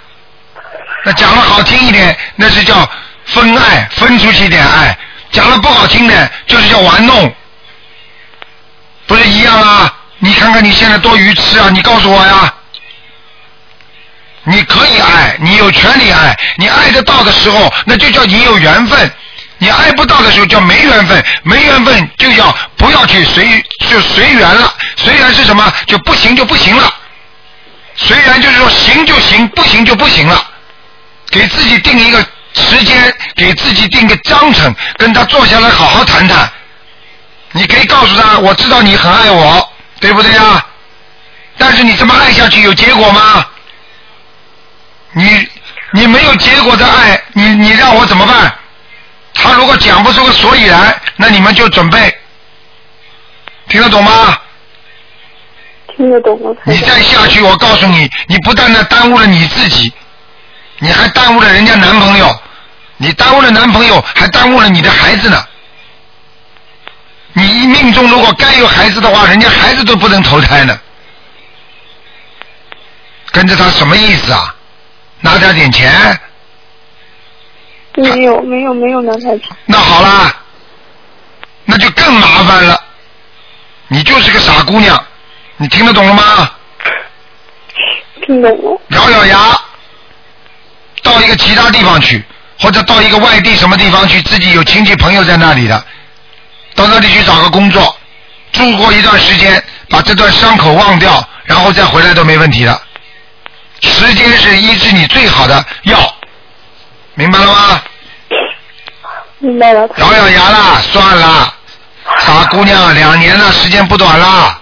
那讲的好听一点，那是叫分爱，分出去一点爱；讲的不好听点，就是叫玩弄，不是一样啊？你看看你现在多愚痴啊！你告诉我呀，你可以爱，你有权利爱，你爱得到的时候，那就叫你有缘分；你爱不到的时候叫没缘分，没缘分就叫不要去随就随缘了。随缘是什么？就不行就不行了。随缘就是说行就行，不行就不行了。给自己定一个时间，给自己定个章程，跟他坐下来好好谈谈。你可以告诉他，我知道你很爱我，对不对啊？但是你这么爱下去有结果吗？你你没有结果的爱，你你让我怎么办？他如果讲不出个所以然，那你们就准备，听得懂吗？
听得懂了。
你再下去，我告诉你，你不但呢耽误了你自己，你还耽误了人家男朋友，你耽误了男朋友，还耽误了你的孩子呢。你一命中如果该有孩子的话，人家孩子都不能投胎呢。跟着他什么意思啊？拿他点钱，
没有没有没有男孩子，
那好啦，那就更麻烦了。你就是个傻姑娘，你听得懂了吗？
听懂了。
咬咬牙，到一个其他地方去，或者到一个外地什么地方去，自己有亲戚朋友在那里的，到那里去找个工作，住过一段时间，把这段伤口忘掉，然后再回来都没问题的。时间是医治你最好的药，明白了吗？
明白了。
咬咬牙啦，算啦，傻姑娘，两年了，时间不短啦，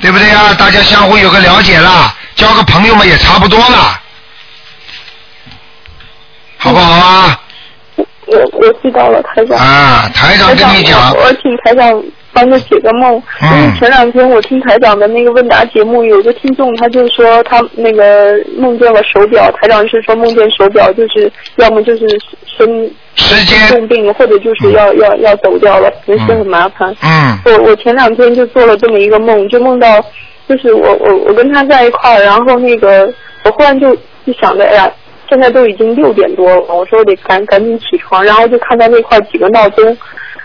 对不对呀？大家相互有个了解啦，交个朋友嘛也差不多啦，好不好啊？
我我知道了，台长。
啊，台长
台
跟
长，
你讲
我，我请台长帮他解个梦。
嗯
因为前两天我听台长的那个问答节目，有个听众他就说他那个梦见了手表，台长是说梦见手表就是要么就是生
时
重
间，
病，或者就是要、要要走掉了，人生很麻烦。
嗯
我我前两天就做了这么一个梦，就梦到就是我我我跟他在一块儿，然后那个我忽然就就想着，哎呀，现在都已经六点多了，我说我得赶赶紧起床，然后就看到那块几个闹钟，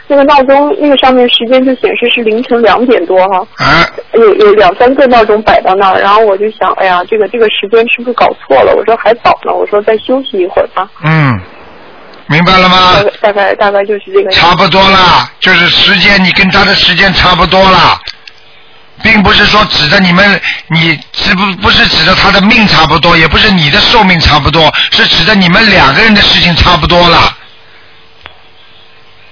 那个闹钟那个上面时间就显示是凌晨两点多哈、
啊，
有有两三个闹钟摆到那儿，然后我就想，哎呀，这个这个时间是不是搞错了？我说还早呢，我说再休息一会儿吧，
嗯，明白了吗？
大概大概大概就是这个样子。
差不多啦，就是时间，你跟他的时间差不多啦，并不是说指着你们，你是不不是指着他的命差不多，也不是你的寿命差不多，是指着你们两个人的事情差不多啦。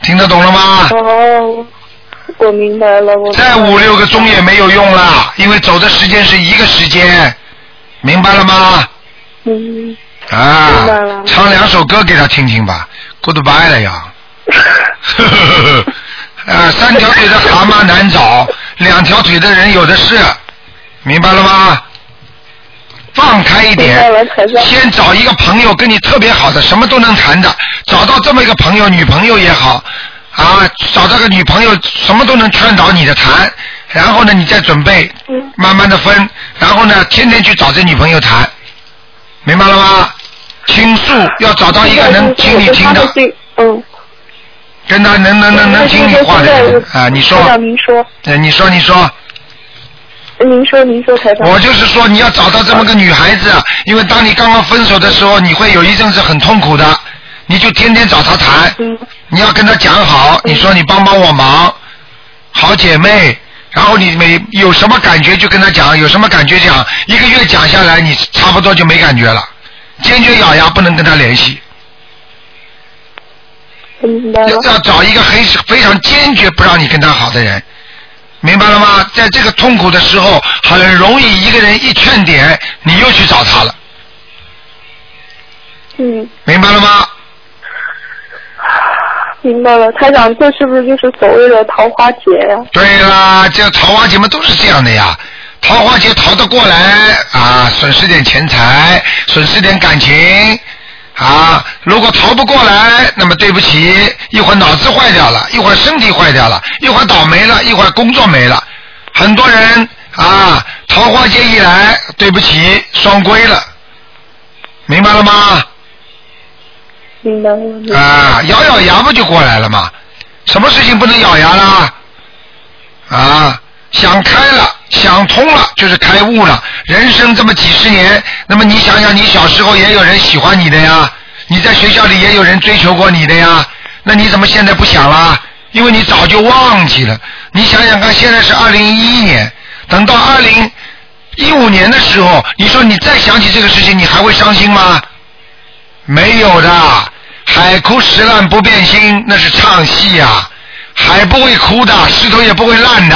听得懂了吗？
哦，我明白了，我明白
再
了
五六个钟也没有用啦，因为走的时间是一个时间，明白了吗？
嗯，
啊
明白了，
唱两首歌给他听听吧，Goodbye 了呀。呵呵呵呵，呃，三条腿的蛤蟆难找，两条腿的人有的是，明白了吗？放开一
明
点
白了台，长
先找一个朋友跟你特别好的，什么都能谈的，找到这么一个朋友，女朋友也好，啊、啊，找到个女朋友，什么都能劝导你的谈，然后呢，你再准备，
嗯
慢慢的分，然后呢，天天去找这女朋友谈，明白了吗？倾诉要找到一个能听你听的，
嗯，
跟他能能能能听你话的人啊，你说，
台长您说，
呃你说你说，
您说您说台长，
我就是说你要找到这么个女孩子，啊因为当你刚刚分手的时候，你会有一阵子很痛苦的，你就天天找她谈，
嗯
你要跟她讲好，你说你帮帮我忙，好姐妹，然后你每有什么感觉就跟她讲，有什么感觉讲，一个月讲下来你差不多就没感觉了，坚决咬牙不能跟她联系。
嗯明白
要要找一个很非常坚决不让你跟他好的人，明白了吗？在这个痛苦的时候，很容易一个人一劝点，你又去找他了，
嗯，
明白了吗？
明白了，台长，这是不是就是所谓的桃花劫呀、
对啦，这桃花节嘛都是这样的呀。桃花劫逃得过来啊，损失点钱财，损失点感情啊。如果逃不过来，那么对不起，一会儿脑子坏掉了，一会儿身体坏掉了，一会儿倒霉了，一会儿工作没了。很多人啊，桃花劫一来，对不起，双规了，明白了吗？
明白了。
啊，咬咬牙不就过来了吗？什么事情不能咬牙啦？啊，想开了，想通了，就是开悟了。人生这么几十年，那么你想想，你小时候也有人喜欢你的呀，你在学校里也有人追求过你的呀，那你怎么现在不想啦？因为你早就忘记了。你想想看，现在是二零一一年，等到二零一五年的时候，你说你再想起这个事情，你还会伤心吗？没有的，海枯石烂不变心，那是唱戏呀、海不会枯的，石头也不会烂的，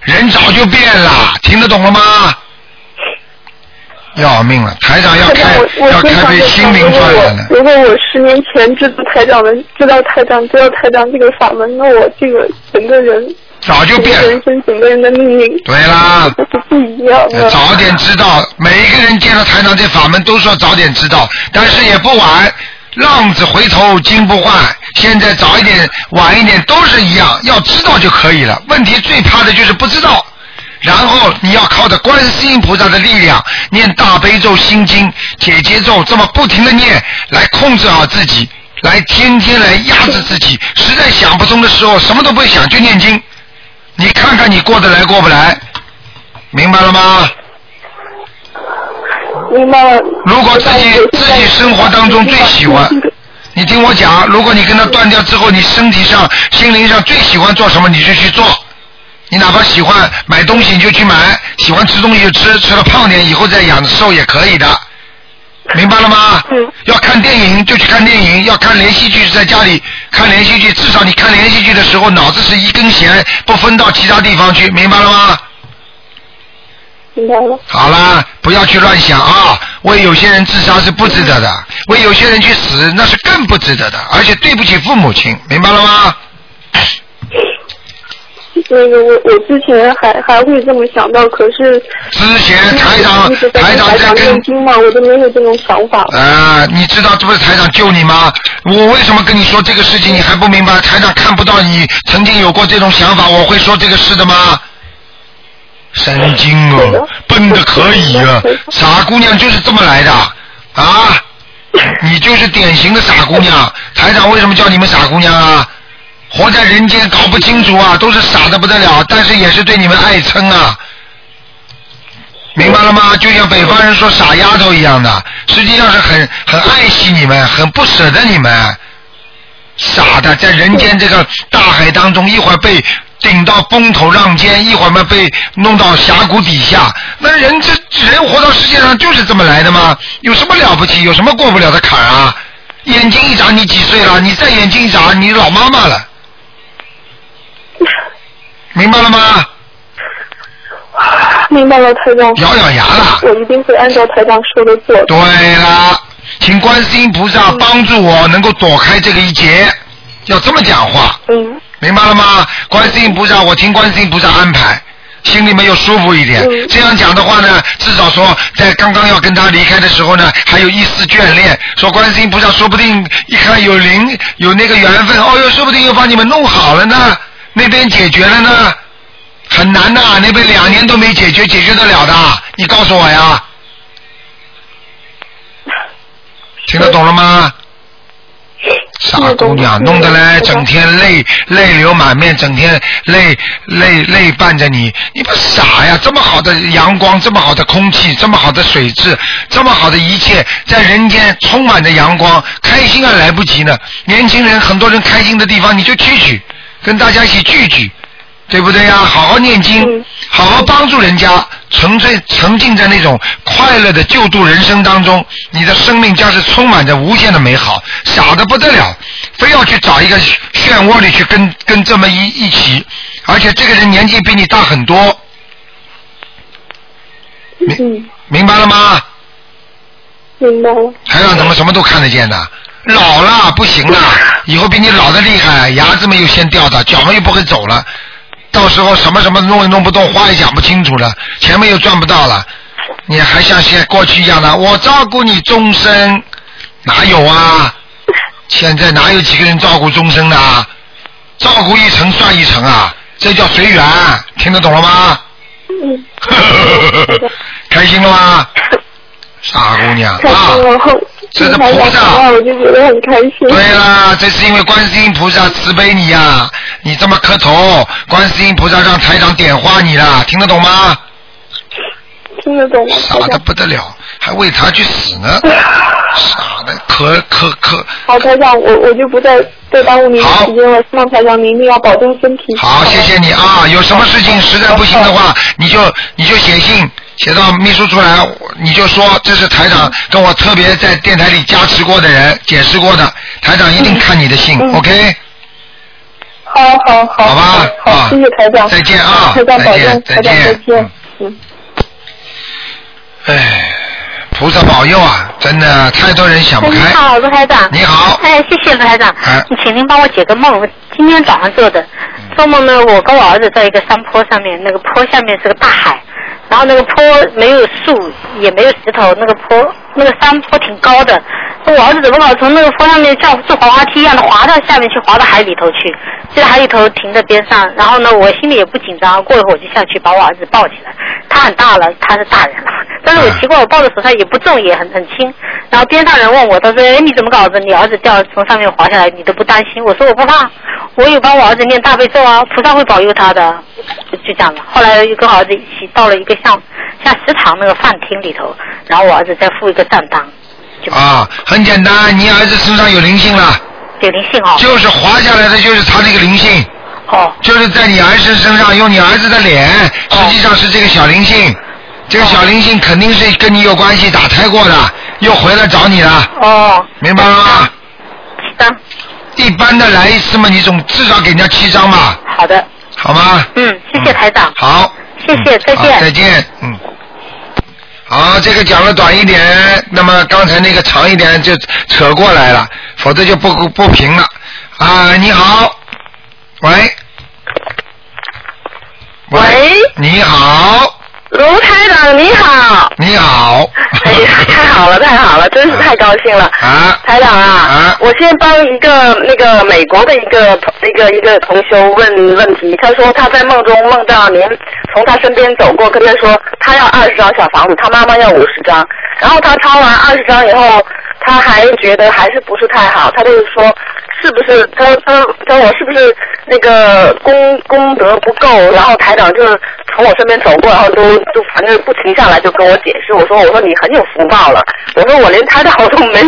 人早就变了，听得懂了吗？要命了，台长要
台长
开，
我
要
我经
开
常
被
在
心
想，
灵
如果
转了呢。
我如果我十年前知道台长的，知道台长知道台长这个法门，那我这个整个人
早就变
整
了
个人生整个人的命运
对啦，
都是不一样的。
早点知道，每一个人见了台长这法门都说早点知道，但是也不晚。浪子回头金不换，现在早一点、晚一点都是一样，要知道就可以了。问题最怕的就是不知道，然后你要靠着观世音菩萨的力量，念大悲咒、心经、解结咒，这么不停的念来控制好自己，来天天来压制自己。实在想不通的时候，什么都不会想，就念经。你看看你过得来过不来，明白了吗？
明白了。
如果自己自己生活当中最喜欢，你听我讲，如果你跟他断掉之后，你身体上、心灵上最喜欢做什么，你就去做。你哪怕喜欢买东西，你就去买；喜欢吃东西就吃，吃了胖点以后再养瘦也可以的，明白了吗？嗯。要看电影就去看电影，要看连续剧在家里看连续剧，至少你看连续剧的时候脑子是一根弦，不分到其他地方去，明白了吗？
明白了。
好啦，不要去乱想啊！为有些人自杀是不值得的，为有些人去死那是更不值得的，而且对不起父母亲，明白了吗？
那个我我之前还还会这么想到，可是
之前台
长台长在念经嘛，我都没有这种想法。
呃，你知道这不是台长救你吗？我为什么跟你说这个事情你还不明白？台长看不到你曾经有过这种想法，我会说这个事的吗？神经哦，笨的可以啊！傻姑娘就是这么来的啊！你就是典型的傻姑娘。台长为什么叫你们傻姑娘啊？活在人间搞不清楚啊，都是傻的不得了，但是也是对你们爱称啊。明白了吗？就像北方人说傻丫头一样的，实际上是很很爱惜你们，很不舍得你们。傻的，在人间这个大海当中，一会儿被顶到风头浪尖，一会儿嘛被弄到峡谷底下。那人这人活到世界上就是这么来的嘛，有什么了不起？有什么过不了的坎儿啊？眼睛一眨，你几岁了？你再眼睛一眨，你老妈妈了。明白了吗？
明白了，台长。
咬咬牙了。
我一定会按照台长说的做。
对啦，请观世音菩萨帮助我能够躲开这个一劫，要这么讲话。
嗯。
明白了吗？观世音菩萨，我听观世音菩萨安排。心里面又舒服一点。
嗯
这样讲的话呢，至少说在刚刚要跟他离开的时候呢，还有一丝眷恋。说观世音菩萨，说不定一看有灵，有那个缘分，哦哟，说不定又帮你们弄好了呢，那边解决了呢，很难呐、那边两年都没解决，解决得了的，你告诉我 呀。听得懂了吗？傻姑娘，弄得来整天泪泪流满面，整天泪泪泪伴着你，你不傻呀？这么好的阳光，这么好的空气，这么好的水质，这么好的一切，在人间充满着阳光，开心还来不及呢。年轻人，很多人开心的地方你就去去，跟大家一起聚聚，对不对呀？好好念经，好好帮助人家，沉醉沉浸在那种快乐的救度人生当中，你的生命将是充满着无限的美好，傻的不得了，非要去找一个漩涡里去跟跟这么一一起，而且这个人年纪比你大很多，
嗯，
明白了吗？
明白了。
台长怎么什么都看得见呢？老了不行了，以后比你老的厉害，牙子们又先掉的，脚们又不会走了，到时候什么什么弄也弄不动，话也讲不清楚了，钱们又赚不到了，你还像现过去一样的，我照顾你终身，哪有啊？现在哪有几个人照顾终身的啊？照顾一层算一层啊，这叫随缘，听得懂了吗？
嗯，
开心 了吗？傻姑娘
开
啊！
心了，后
这是
台
菩
长
萨
讲话我就觉得很开心。
对啦，这是因为观世音菩萨慈悲你呀、你这么磕头，观世音菩萨让台长点化你啦，听得懂吗？
听得懂吗？
傻的不得了，还为他去死呢，傻的磕磕磕，
好，台长，我我就不再再耽误您的
好
时间了。希望台长您一定要保重身体。
好，谢谢你啊！有什么事情实在不行的
哦
话，你就你就写信写到秘书处来，我你就说这是台长跟我特别在电台里加持过的人，解释过的，台长一定看你的信、o k
嗯好好好，
好吧啊
好，谢谢台长，
再见啊
台长
再
保
见
重，
再
台长
见
再见，嗯。
哎，菩萨保佑啊！真的太多人想不
哎你
开。
好，卢台长。
你好
哎，谢谢卢台长
哎。嗯
你请您帮我解个梦，我今天早上做的。做梦呢，我跟我儿子在一个山坡上面，那个坡下面是个大海，然后那个坡没有树，也没有石头，那个坡那个山坡挺高的。我儿子怎么老从那个坡上面像坐滑滑梯一样的滑到下面去，滑到海里头去，就在海里头停在边上。然后呢，我心里也不紧张，过一会儿我就下去把我儿子抱起来。他很大了，他是大人了，但是
嗯
我奇怪，我抱在手上也不重，也很很轻。然后边上人问我，他说：“哎，你怎么搞的？你儿子掉从上面滑下来，你都不担心？”我说：“我不怕，我有帮我儿子念大悲咒啊，菩萨会保佑他的。”就就这样了。后来又跟我儿子一起到了一个像像食堂那个饭厅里头，然后我儿子再付一个账单，
啊，很简单，你儿子身上有灵性了，
有灵性哦。
就是滑下来的，就是他这个灵性。
哦。
就是在你儿子身上，用你儿子的脸，实际上是这个小灵性。这个小灵性肯定是跟你有关系，打胎过的，又回来找你了，
哦，
明白了吗？
七张，
一般的来一次嘛，你总至少给人家七张吧，
好的，
好吗？
嗯，谢谢台长，
好，
谢谢，再
好
见。
再见，嗯。好，这个讲的短一点，那么刚才那个长一点就扯过来了，否则就不不平了。啊，你好，喂，
哎
喂，你好，
卢台长你好，
你好，
哎呀，太好了，太好了，真是太高兴了。
啊，
台长啊，
啊
我现在帮一个那个美国的一个一个一个同修问问题，他说他在梦中梦到您从他身边走过，跟他说他要二十张小房子，他妈妈要五十张，然后他抄完二十张以后，他还觉得还是不是太好，他就说是不是他他他我是不是那个功功德不够？然后台长就是从我身边走过，然后都就反正不停下来，就跟我解释，我说我说你很有福报了，我说我连台长都没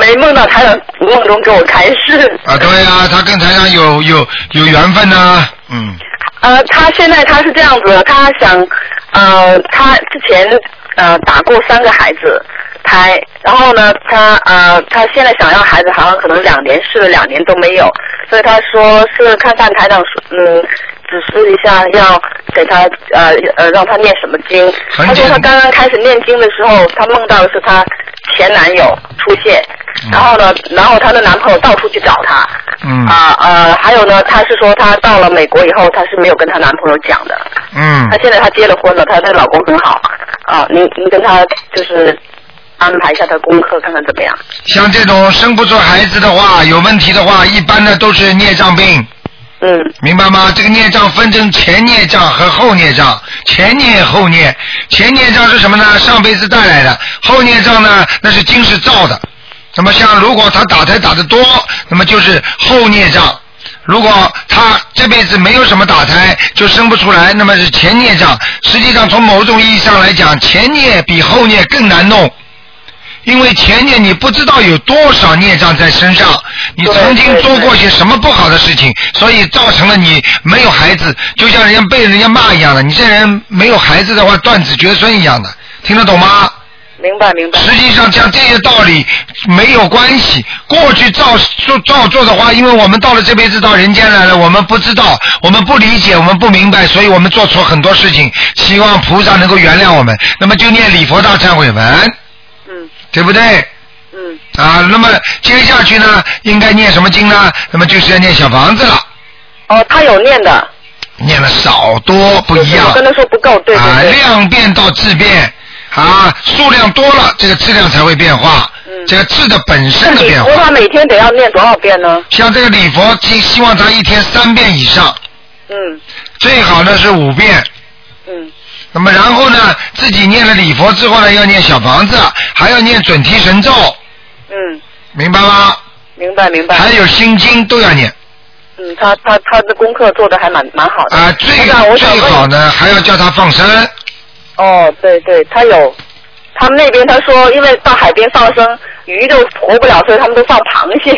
没梦到台长梦中给我开示。
啊，对啊，他跟台上有有有缘分呐、嗯，
呃，他现在他是这样子，他想呃他之前呃打过三个孩子胎，然后呢他呃他现在想要孩子，好像可能两年试了两年都没有，所以他说是看看台长说嗯。指示一下，要给他呃呃，让他念什么经？
很
他说
简
他刚刚开始念经的时候，他梦到的是他前男友出现，然后呢，然后她的男朋友到处去找她，
嗯
啊呃，还有呢，她是说她到了美国以后，她是没有跟她男朋友讲的，
嗯
她现在她结了婚了，她的老公很好啊。您您跟她就是安排一下她功课，看看怎么样。
像这种生不出孩子的话，有问题的话，一般的都是孽障病。
嗯。
明白吗？这个孽障分成前孽障和后孽障，前孽后孽。前孽障是什么呢？上辈子带来的。后孽障呢，那是今世造的。那么像如果他打胎打得多，那么就是后孽障。如果他这辈子没有什么打胎，就生不出来，那么是前孽障。实际上，从某种意义上来讲，前孽比后孽更难弄。因为前年你不知道有多少孽障在身上，你曾经做过些什么不好的事情，所以造成了你没有孩子，就像人家被人家骂一样的。你这人没有孩子的话，断子绝孙一样的，听得懂吗？
明白明白。
实际上像这些道理没有关系，过去照做照做的话，因为我们到了这辈子到人间来了，我们不知道，我们不理解，我们不明白，所以我们做错很多事情，希望菩萨能够原谅我们。那么就念礼佛大忏悔文。对不对？
嗯。
啊，那么接下去呢，应该念什么经呢？那么就是要念小房子了，
哦，她有念的，
念了少多不一样
我跟她说不够，对
啊，
对对。
量变到质变啊，数量多了，这个质量才会变化，这个质的本身的
嗯礼
变
佛她
化。
每天得要念多少遍呢？
像这个礼佛，希希望他一天三遍以上，
嗯
最好呢是五遍。
嗯。
那么然后呢，自己念了礼佛之后呢，要念小房子，还要念准提神咒，
嗯，
明白吗？
明白明白。
还有心经都要念。
嗯，她她她的功课做的还蛮蛮好的。
啊，最
台长我想
最
问
好呢，还要叫他放生。
哦，对对，他有，他们那边他说，因为到海边放生，鱼都活不了，所以他们都放螃蟹，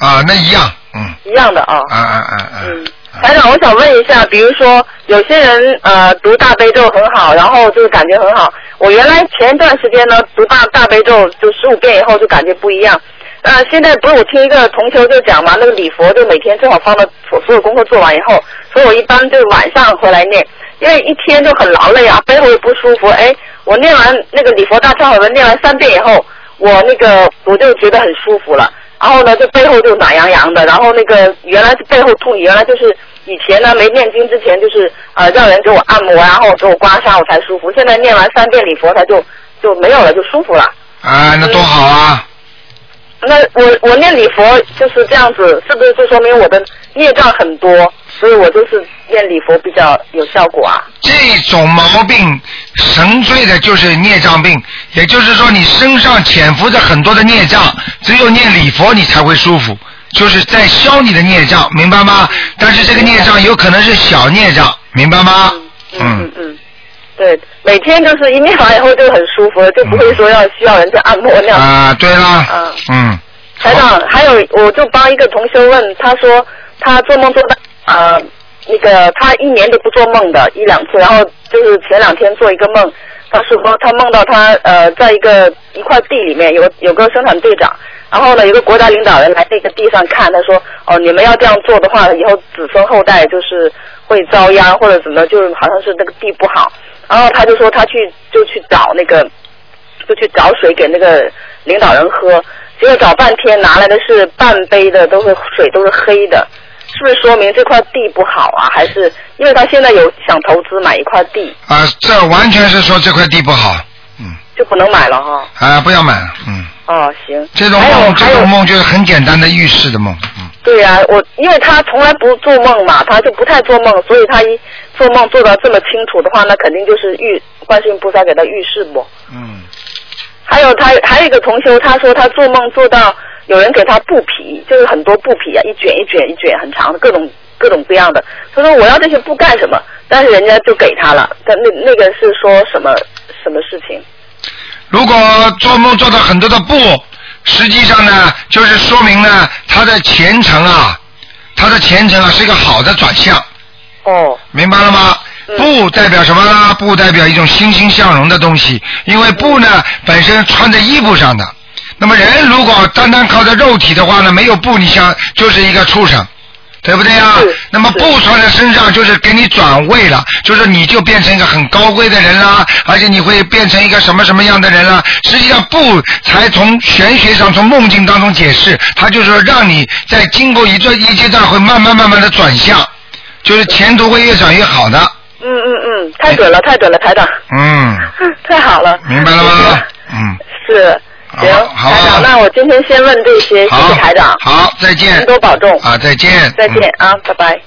啊，那一样，嗯，
一样的啊。
啊啊啊啊，
嗯台长，我想问一下，比如说有些人呃读大悲咒很好，然后就是感觉很好。我原来前一段时间呢读大大悲咒就十五遍以后就感觉不一样。呃，现在不是我听一个同学就讲嘛，那个礼佛就每天最好放到所所有功课做完以后，所以我一般就晚上回来念，因为一天就很劳累啊，背后也不舒服。哎，我念完那个礼佛大忏悔文念完三遍以后，我那个我就觉得很舒服了。然后呢，就背后就暖洋洋的，然后那个原来是背后痛，原来就是以前呢没念经之前就是呃让人给我按摩，然啊后给我刮痧我才舒服，现在念完三遍礼佛它就就没有了，就舒服了。
啊，那多
嗯
好啊！
那我我念礼佛就是这样子，是不是就说明我的业障很多，所以我就是念礼佛比较有效果啊？
这种毛病，神罪的就是孽障病，也就是说你身上潜伏着很多的孽障，只有念礼佛你才会舒服，就是在消你的孽障，明白吗？但是这个孽障有可能是小孽障，明白吗？嗯，
嗯，对，每天就是一念完以后就很舒服了，就不会说要需要人家按摩那样。
啊，对啦，
嗯、
嗯，
台长，还有我就帮一个同学问，他说他做梦做到呃那个他一年都不做梦的一两次，然后就是前两天做一个梦，他说他梦到他呃在一个一块地里面有个有个生产队长，然后呢有个国家领导人来那个地上看，他说哦你们要这样做的话，以后子孙后代就是会遭殃或者怎么，就是好像是那个地不好，然后他就说他去就去找那个就去找水给那个领导人喝，结果找半天拿来的是半杯的，都是水都是黑的，是不是说明这块地不好啊？还是因为他现在有想投资买一块地，
啊，这完全是说这块地不好，
就不能买了哈？
啊，不要买了，嗯，
哦，行。
这种
还有
梦，
还
这
有
种梦就是很简单的预示的梦，嗯。
对呀、我因为他从来不做梦嘛，他就不太做梦，所以他一做梦做到这么清楚的话，那肯定就是预观世音菩萨给他预示不？
嗯。
还有他还有一个同修，他说他做梦做到有人给他布匹，就是很多布匹啊，一卷一卷一卷很长的各种各种各样的。他说我要这些布干什么？但是人家就给他了。但那那个是说什么什么事情？
如果做梦做到很多的不，实际上呢，就是说明呢，他的前程啊，他的前程啊是一个好的转向。
哦。
明白了吗？不代表什么啦？不代表一种欣欣向荣的东西，因为布呢本身穿在衣服上的。那么人如果单单靠着肉体的话呢，没有布，你想就是一个畜生，对不对啊？那么布穿在身上就是给你转位了，就是你就变成一个很高贵的人啦，而且你会变成一个什么什么样的人啦。实际上布才从玄学上从梦境当中解释，它就是说让你在经过一段一阶段会慢慢慢慢的转向，就是前途会越转越好的。
嗯嗯嗯，太准了，太准了，台长，
嗯，
太好了，
明白了吗？嗯，
是，行，台长，那我今天先问这些，谢谢台长，
啊好，再见
您多保重
啊，再见，
再见
嗯
啊，拜拜。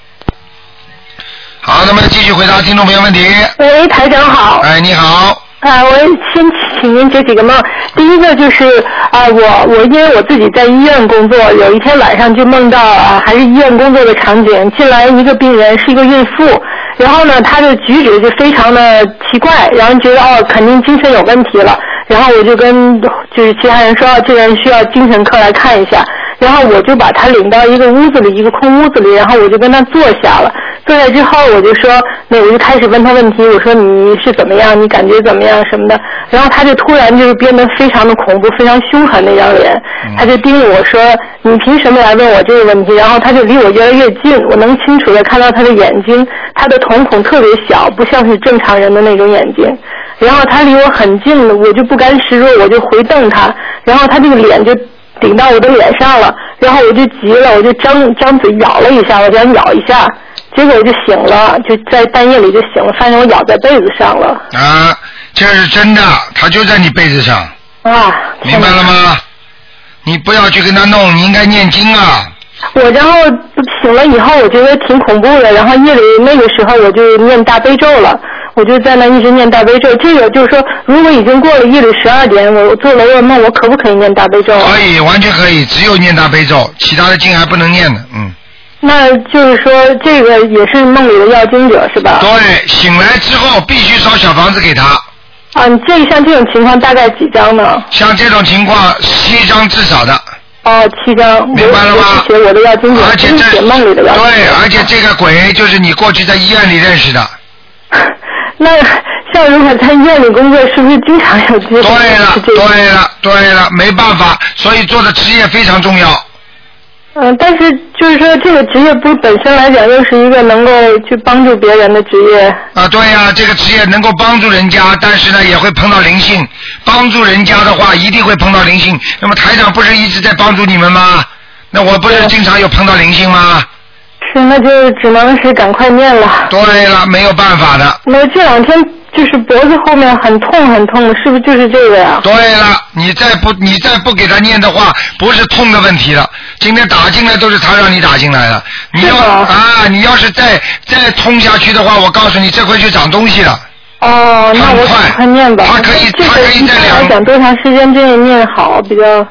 好，那么继续回答听众朋友问题。
喂，台长好。
哎，你好。
啊，我先请您解几个梦。第一个就是啊、我我因为我自己在医院工作，有一天晚上就梦到啊，还是医院工作的场景，进来一个病人是一个孕妇，然后呢，她的举止就非常的奇怪，然后觉得哦，肯定精神有问题了。然后我就跟就是其他人说，啊这个人需要精神科来看一下。然后我就把他领到一个屋子里，一个空屋子里，然后我就跟他坐下了。坐下之后，我就说，那我就开始问他问题，我说你是怎么样，你感觉怎么样什么的。然后他就突然就是变得非常的恐怖，非常凶狠的一张脸，他就盯着我说，你凭什么来问我这个问题？然后他就离我越来越近，我能清楚的看到他的眼睛，他的瞳孔特别小，不像是正常人的那种眼睛。然后他离我很近了，我就不甘示弱，我就回瞪他，然后他这个脸就顶到我的脸上了，然后我就急了，我就张张嘴咬了一下，我想咬一下，结果我就醒了，就在半夜里就醒了，发现我咬在被子上了。
啊，这是真的，他就在你被子上，
啊，
明白了吗？你不要去跟他弄，你应该念经啊。
我然后醒了以后，我觉得挺恐怖的。然后夜里那个时候我就念大悲咒了，我就在那一直念大悲咒。这个就是说，如果已经过了夜里十二点，我做了噩梦，我可不可以念大悲咒？啊
可以，完全可以，只有念大悲咒，其他的经还不能念呢。嗯，
那就是说，这个也是梦里的要经者是吧？
对，醒来之后必须烧小房子给他。
啊，你这像这种情况大概几张呢？
像这种情况，七张至少的。
哦，七张。
明白了吗？
写我的要经者，
而且
不是
这
写梦里的要经者。
对，而且这个鬼就是你过去在医院里认识的。
那像如果在医院里工作，是不是经常有这种？
对了，对了，对了，没办法，所以做的职业非常重要。
嗯，但是就是说，这个职业不本身来讲，又是一个能够去帮助别人的职业。
啊，对呀、这个职业能够帮助人家，但是呢也会碰到灵性。帮助人家的话，一定会碰到灵性。那么台长不是一直在帮助你们吗？那我不是经常有碰到灵性吗？
是，那就只能是赶快念了。
对了，没有办法的。
那这两天就是脖子后面很痛很痛，是不是就是这个呀？
对了，你再不你再不给他念的话，不是痛的问题了。今天打进来都是他让你打进来的，你要啊，你要是再再痛下去的话，我告诉你，这回去长东西了。
哦，那我赶快念吧。他可以，这个一般来讲多长时间之内念好比较？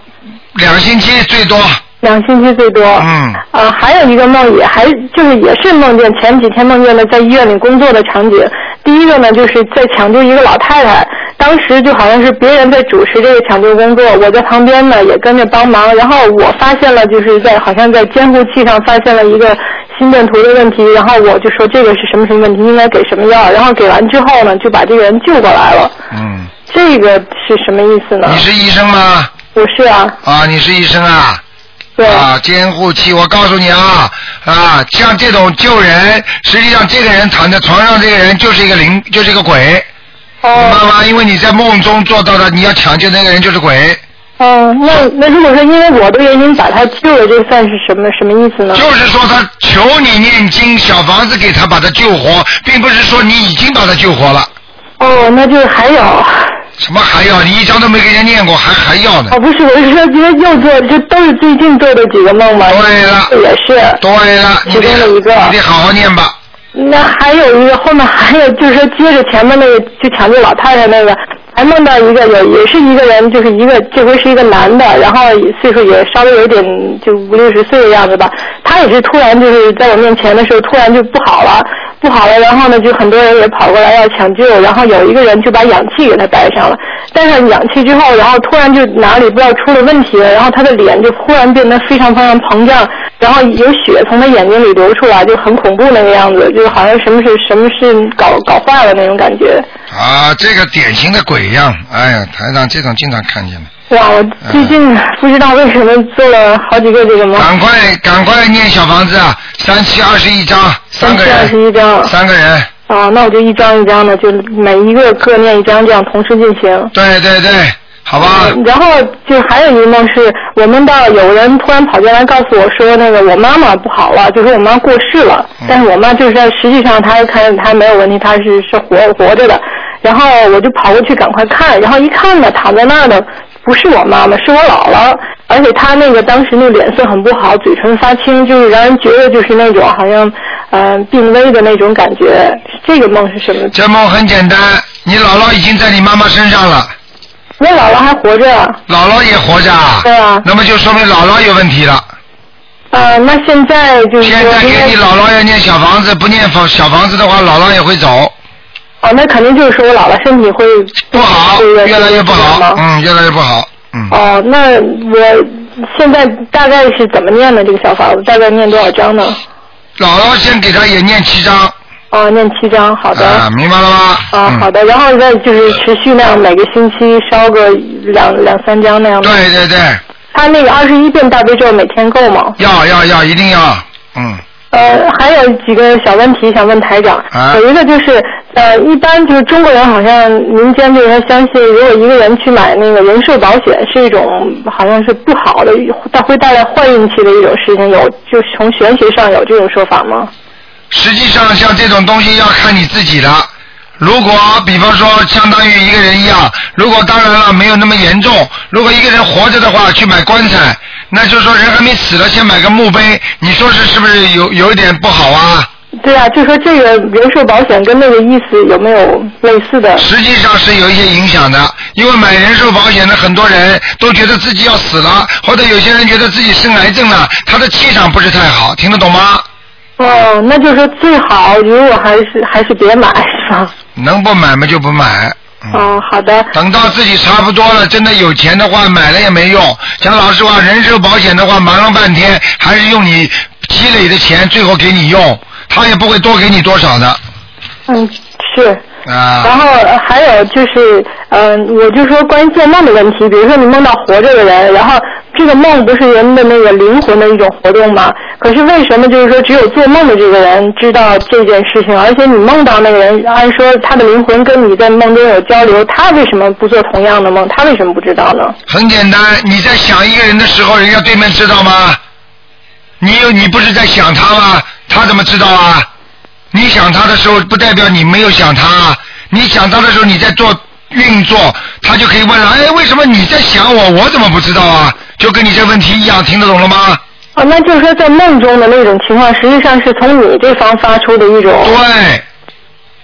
两星期最多。
两星期最多。
嗯。
啊，还有一个梦也还就是也是梦见前几天梦见的在医院里工作的场景。第一个呢，就是在抢救一个老太太，当时就好像是别人在主持这个抢救工作，我在旁边呢也跟着帮忙。然后我发现了，就是在好像在监护器上发现了一个心电图的问题，然后我就说这个是什么什么问题，应该给什么药。然后给完之后呢，就把这个人救过来了。
嗯。
这个是什么意思呢？
你是医生吗？
我是啊。
啊，你是医生啊？对。啊，监护器，我告诉你啊啊，像这种救人，实际上这个人躺在床上，这个人就是一个灵，就是一个鬼。
哦。
妈妈，因为你在梦中做到的，你要抢救那个人就是鬼。
哦，那那如果说因为我的原因把他救了，这算是什么什么意思呢？
就是说他求你念经，小房子给他把他救活，并不是说你已经把他救活了。
哦，那就是还有。
什么还要？你一张都没给人家念过，还还要呢？
哦，不是，我是说，因为又做，这都是最近做的几个梦嘛。
对了。
也是。
对了，
其中的一个。
你得好好念吧。
那还有一个，后面还有就是说，接着前面那个就抢救老太太那个，还梦到一个也也是一个人，就是一个这回是一个男的，然后岁数也稍微有点就五六十岁的样子吧，他也是突然就是在我面前的时候突然就不好了，不好了，然后呢就很多人也跑过来要抢救，然后有一个人就把氧气给他带上了，带上氧气之后，然后突然就哪里不知道出了问题了，然后他的脸就忽然变得非常非常膨胀，然后有血从他眼睛里流出来，就很恐怖那个样子，就是好像什么事什么事搞搞坏了那种感觉。
啊，这个典型的鬼样，哎呀，台上这种经常看见的。
哇，我最近不知道为什么做了好几个这个梦。
赶快赶快念小房子啊，三七二十一张，三个
二十
人，
一张。哦
三个人。
啊，那我就一张一张的，就是每一个各念一张，这样同时进行。
对对对，好吧？
嗯然后就还有一个梦是，我梦到有人突然跑进来告诉我说，那个我妈妈不好了，就说我妈过世了，
嗯
但是我妈就是在实际上她看她没有问题，她是是活活着的。然后我就跑过去赶快看，然后一看呢，躺在那儿的不是我妈妈，是我姥姥，而且她那个当时那脸色很不好，嘴唇发青，就是让人觉得就是那种好像嗯、呃病危的那种感觉。这个梦是什么？
这梦很简单，你姥姥已经在你妈妈身上了。
我姥姥还活着。啊
姥姥也活着啊？
对啊。
那么就说明姥姥有问题了。
呃，那现在就是
现
说
在
应
给
该
你姥姥要念小房子，不念房小房子的话，姥姥也会走，
哦，那肯定就是说我姥姥身体会不好，这个
越来越不
这个
好
吗，
嗯，越来越不好。嗯
哦，那我现在大概是怎么念的这个小法？我大概念多少章呢？
姥姥先给她也念七张。
哦，念七章，好的。
啊，明白了嗯吗？
啊，好的，然后再就是持续那样每个星期烧个两两三张那样的。
对对对，
他那个二十一遍大悲咒每天够吗？
要要要，一定要，嗯，
呃，还有几个小问题想问台长。
啊
有一个就是，呃，一般就是中国人好像民间就是说相信，如果一个人去买那个人寿保险，是一种好像是不好的，带会带来坏运气的一种事情。有就是从玄学上有这种说法吗？
实际上像这种东西要看你自己的。如果比方说相当于一个人一样，如果当然了没有那么严重，如果一个人活着的话去买棺材，那就是说人还没死了先买个墓碑，你说是是不是有有一点不好啊？
对啊，就说这个人寿保险跟那个意思有没有类似的？
实际上是有一些影响的，因为买人寿保险的很多人都觉得自己要死了，或者有些人觉得自己生癌症了，他的气场不是太好，听得懂吗？
哦，那就说最好，如果还是还是别买，是吧？
能不买嘛就不买。
哦，好的。
等到自己差不多了，真的有钱的话，买了也没用。讲老实话，人寿保险的话，忙了半天，还是用你积累的钱，最后给你用，他也不会多给你多少的
嗯，是。
啊。
然后呃还有就是，嗯、我就说关于做梦的问题，比如说你梦到活着的人，然后这个梦不是人的那个灵魂的一种活动吗？可是为什么就是说只有做梦的这个人知道这件事情，而且你梦到那个人，按说他的灵魂跟你在梦中有交流，他为什么不做同样的梦？他为什么不知道呢？
很简单，你在想一个人的时候，人家对面知道吗？你有你不是在想他吗？他怎么知道啊？你想他的时候，不代表你没有想他啊。你想他的时候，你在做运作，他就可以问了，哎，为什么你在想我，我怎么不知道啊？就跟你这问题一样，听得懂了吗？
哦，那就是说在梦中的那种情况，实际上是从你这方发出的一种，
对，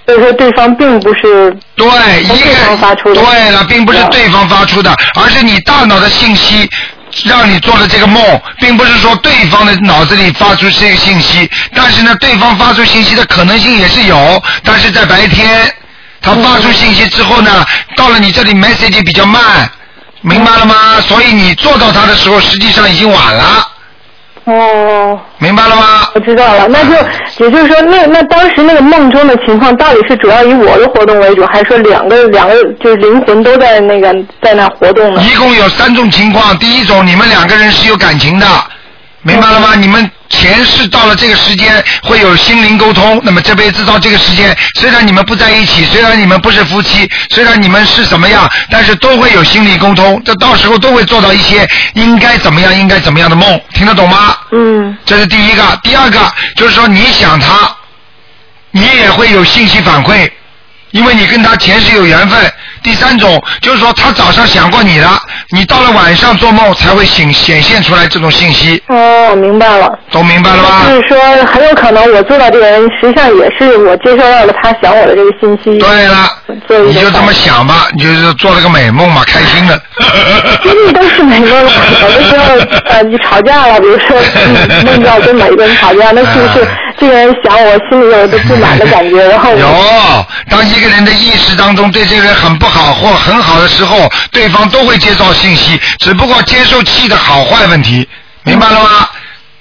所以说对方并不是
对，一个对了，并不是对方发出的，而是你大脑的信息让你做了这个梦，并不是说对方的脑子里发出这个信息，但是呢，对方发出信息的可能性也是有，但是在白天，他发出信息之后呢，到了你这里 message 比较慢，明白了吗？所以你做到他的时候，实际上已经晚了。
哦。
明白了吗？
我知道了，那就也就是说，那那当时那个梦中的情况，到底是主要以我的活动为主，还是说两个两个就是灵魂都在那个在那活动呢？
一共有三种情况，第一种，你们两个人是有感情的，明白了吗？你们前世到了这个时间会有心灵沟通，那么这辈子到这个时间，虽然你们不在一起，虽然你们不是夫妻，虽然你们是怎么样，但是都会有心理沟通，这到时候都会做到一些应该怎么样、应该怎么样的梦，听得懂吗？
嗯，
这是第一个，第二个就是说你想他，你也会有信息反馈，因为你跟他前世有缘分。第三种就是说他早上想过你了，你到了晚上做梦才会显显现出来这种信息，
哦，我明白了。
都明白了吗？
就是说，很有可能我做到这个人，实际上也是我接收到了他想我的这个信息。
对 了，
做一
你
个
就这么想吧，你就是做了个美梦嘛，开心的。
都是美梦，啊有的时候呃，你吵架了，比如 说嗯梦到跟某一个人吵架，那是不是这个人想我，心里有的不满的感觉，然后我
有，当一个人的意识当中对这个人很不好或很好的时候，对方都会接受信息，只不过接受器的好坏问题，明白了吗？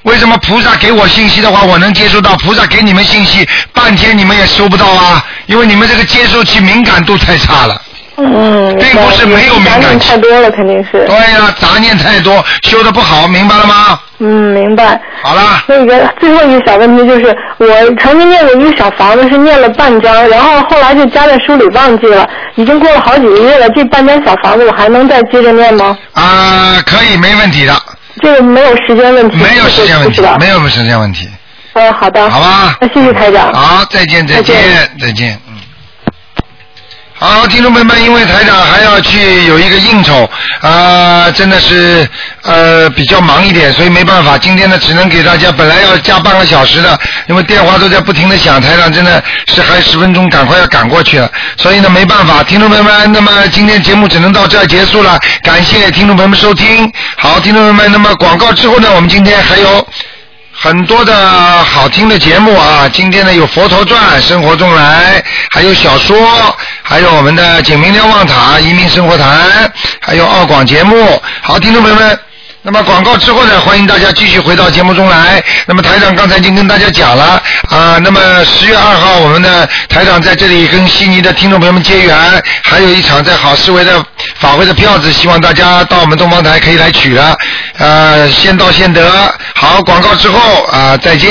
为什么菩萨给我信息的话，我能接受到；菩萨给你们信息，半天你们也收不到啊，因为你们这个接受器敏感度太差了。
嗯，
并不是没有敏感期
太多了，肯定是。
对呀、杂念太多，修的不好，明白了吗？
嗯，明白。
好了。
那个最后一个小问题就是，我曾经念过一个小房子，是念了半张，然后后来就加在书里忘记了，已经过了好几个月了。这半张小房子我还能再接着念吗？
啊、可以，没问题的，
这个没有时间问题，
没有时间问
是
题
吧，？
没有时间问题。
嗯，好的。
好吧。
那谢谢台长。
好，再见，再见，再见。嗯。好，听众朋友们，因为台长还要去有一个应酬，啊、真的是呃比较忙一点，所以没办法，今天呢只能给大家本来要加半个小时的，因为电话都在不停的响，台长真的是还有十分钟，赶快要赶过去了，所以呢没办法，听众朋友们，那么今天节目只能到这儿结束了，感谢听众朋友们收听。好，听众朋友们，那么广告之后呢，我们今天还有。很多的好听的节目啊，今天呢有《佛陀传》《生活中来》，还有小说，还有我们的《景明瞭望塔》《移民生活谈》，还有澳广节目。好，听众朋友们。那么广告之后呢，欢迎大家继续回到节目中来。那么台长刚才已经跟大家讲了啊，那么十月二号我们的台长在这里跟悉尼的听众朋友们结缘，还有一场在好思维的法会的票子，希望大家到我们东方台可以来取了。呃，先到先得。好，广告之后啊、再见。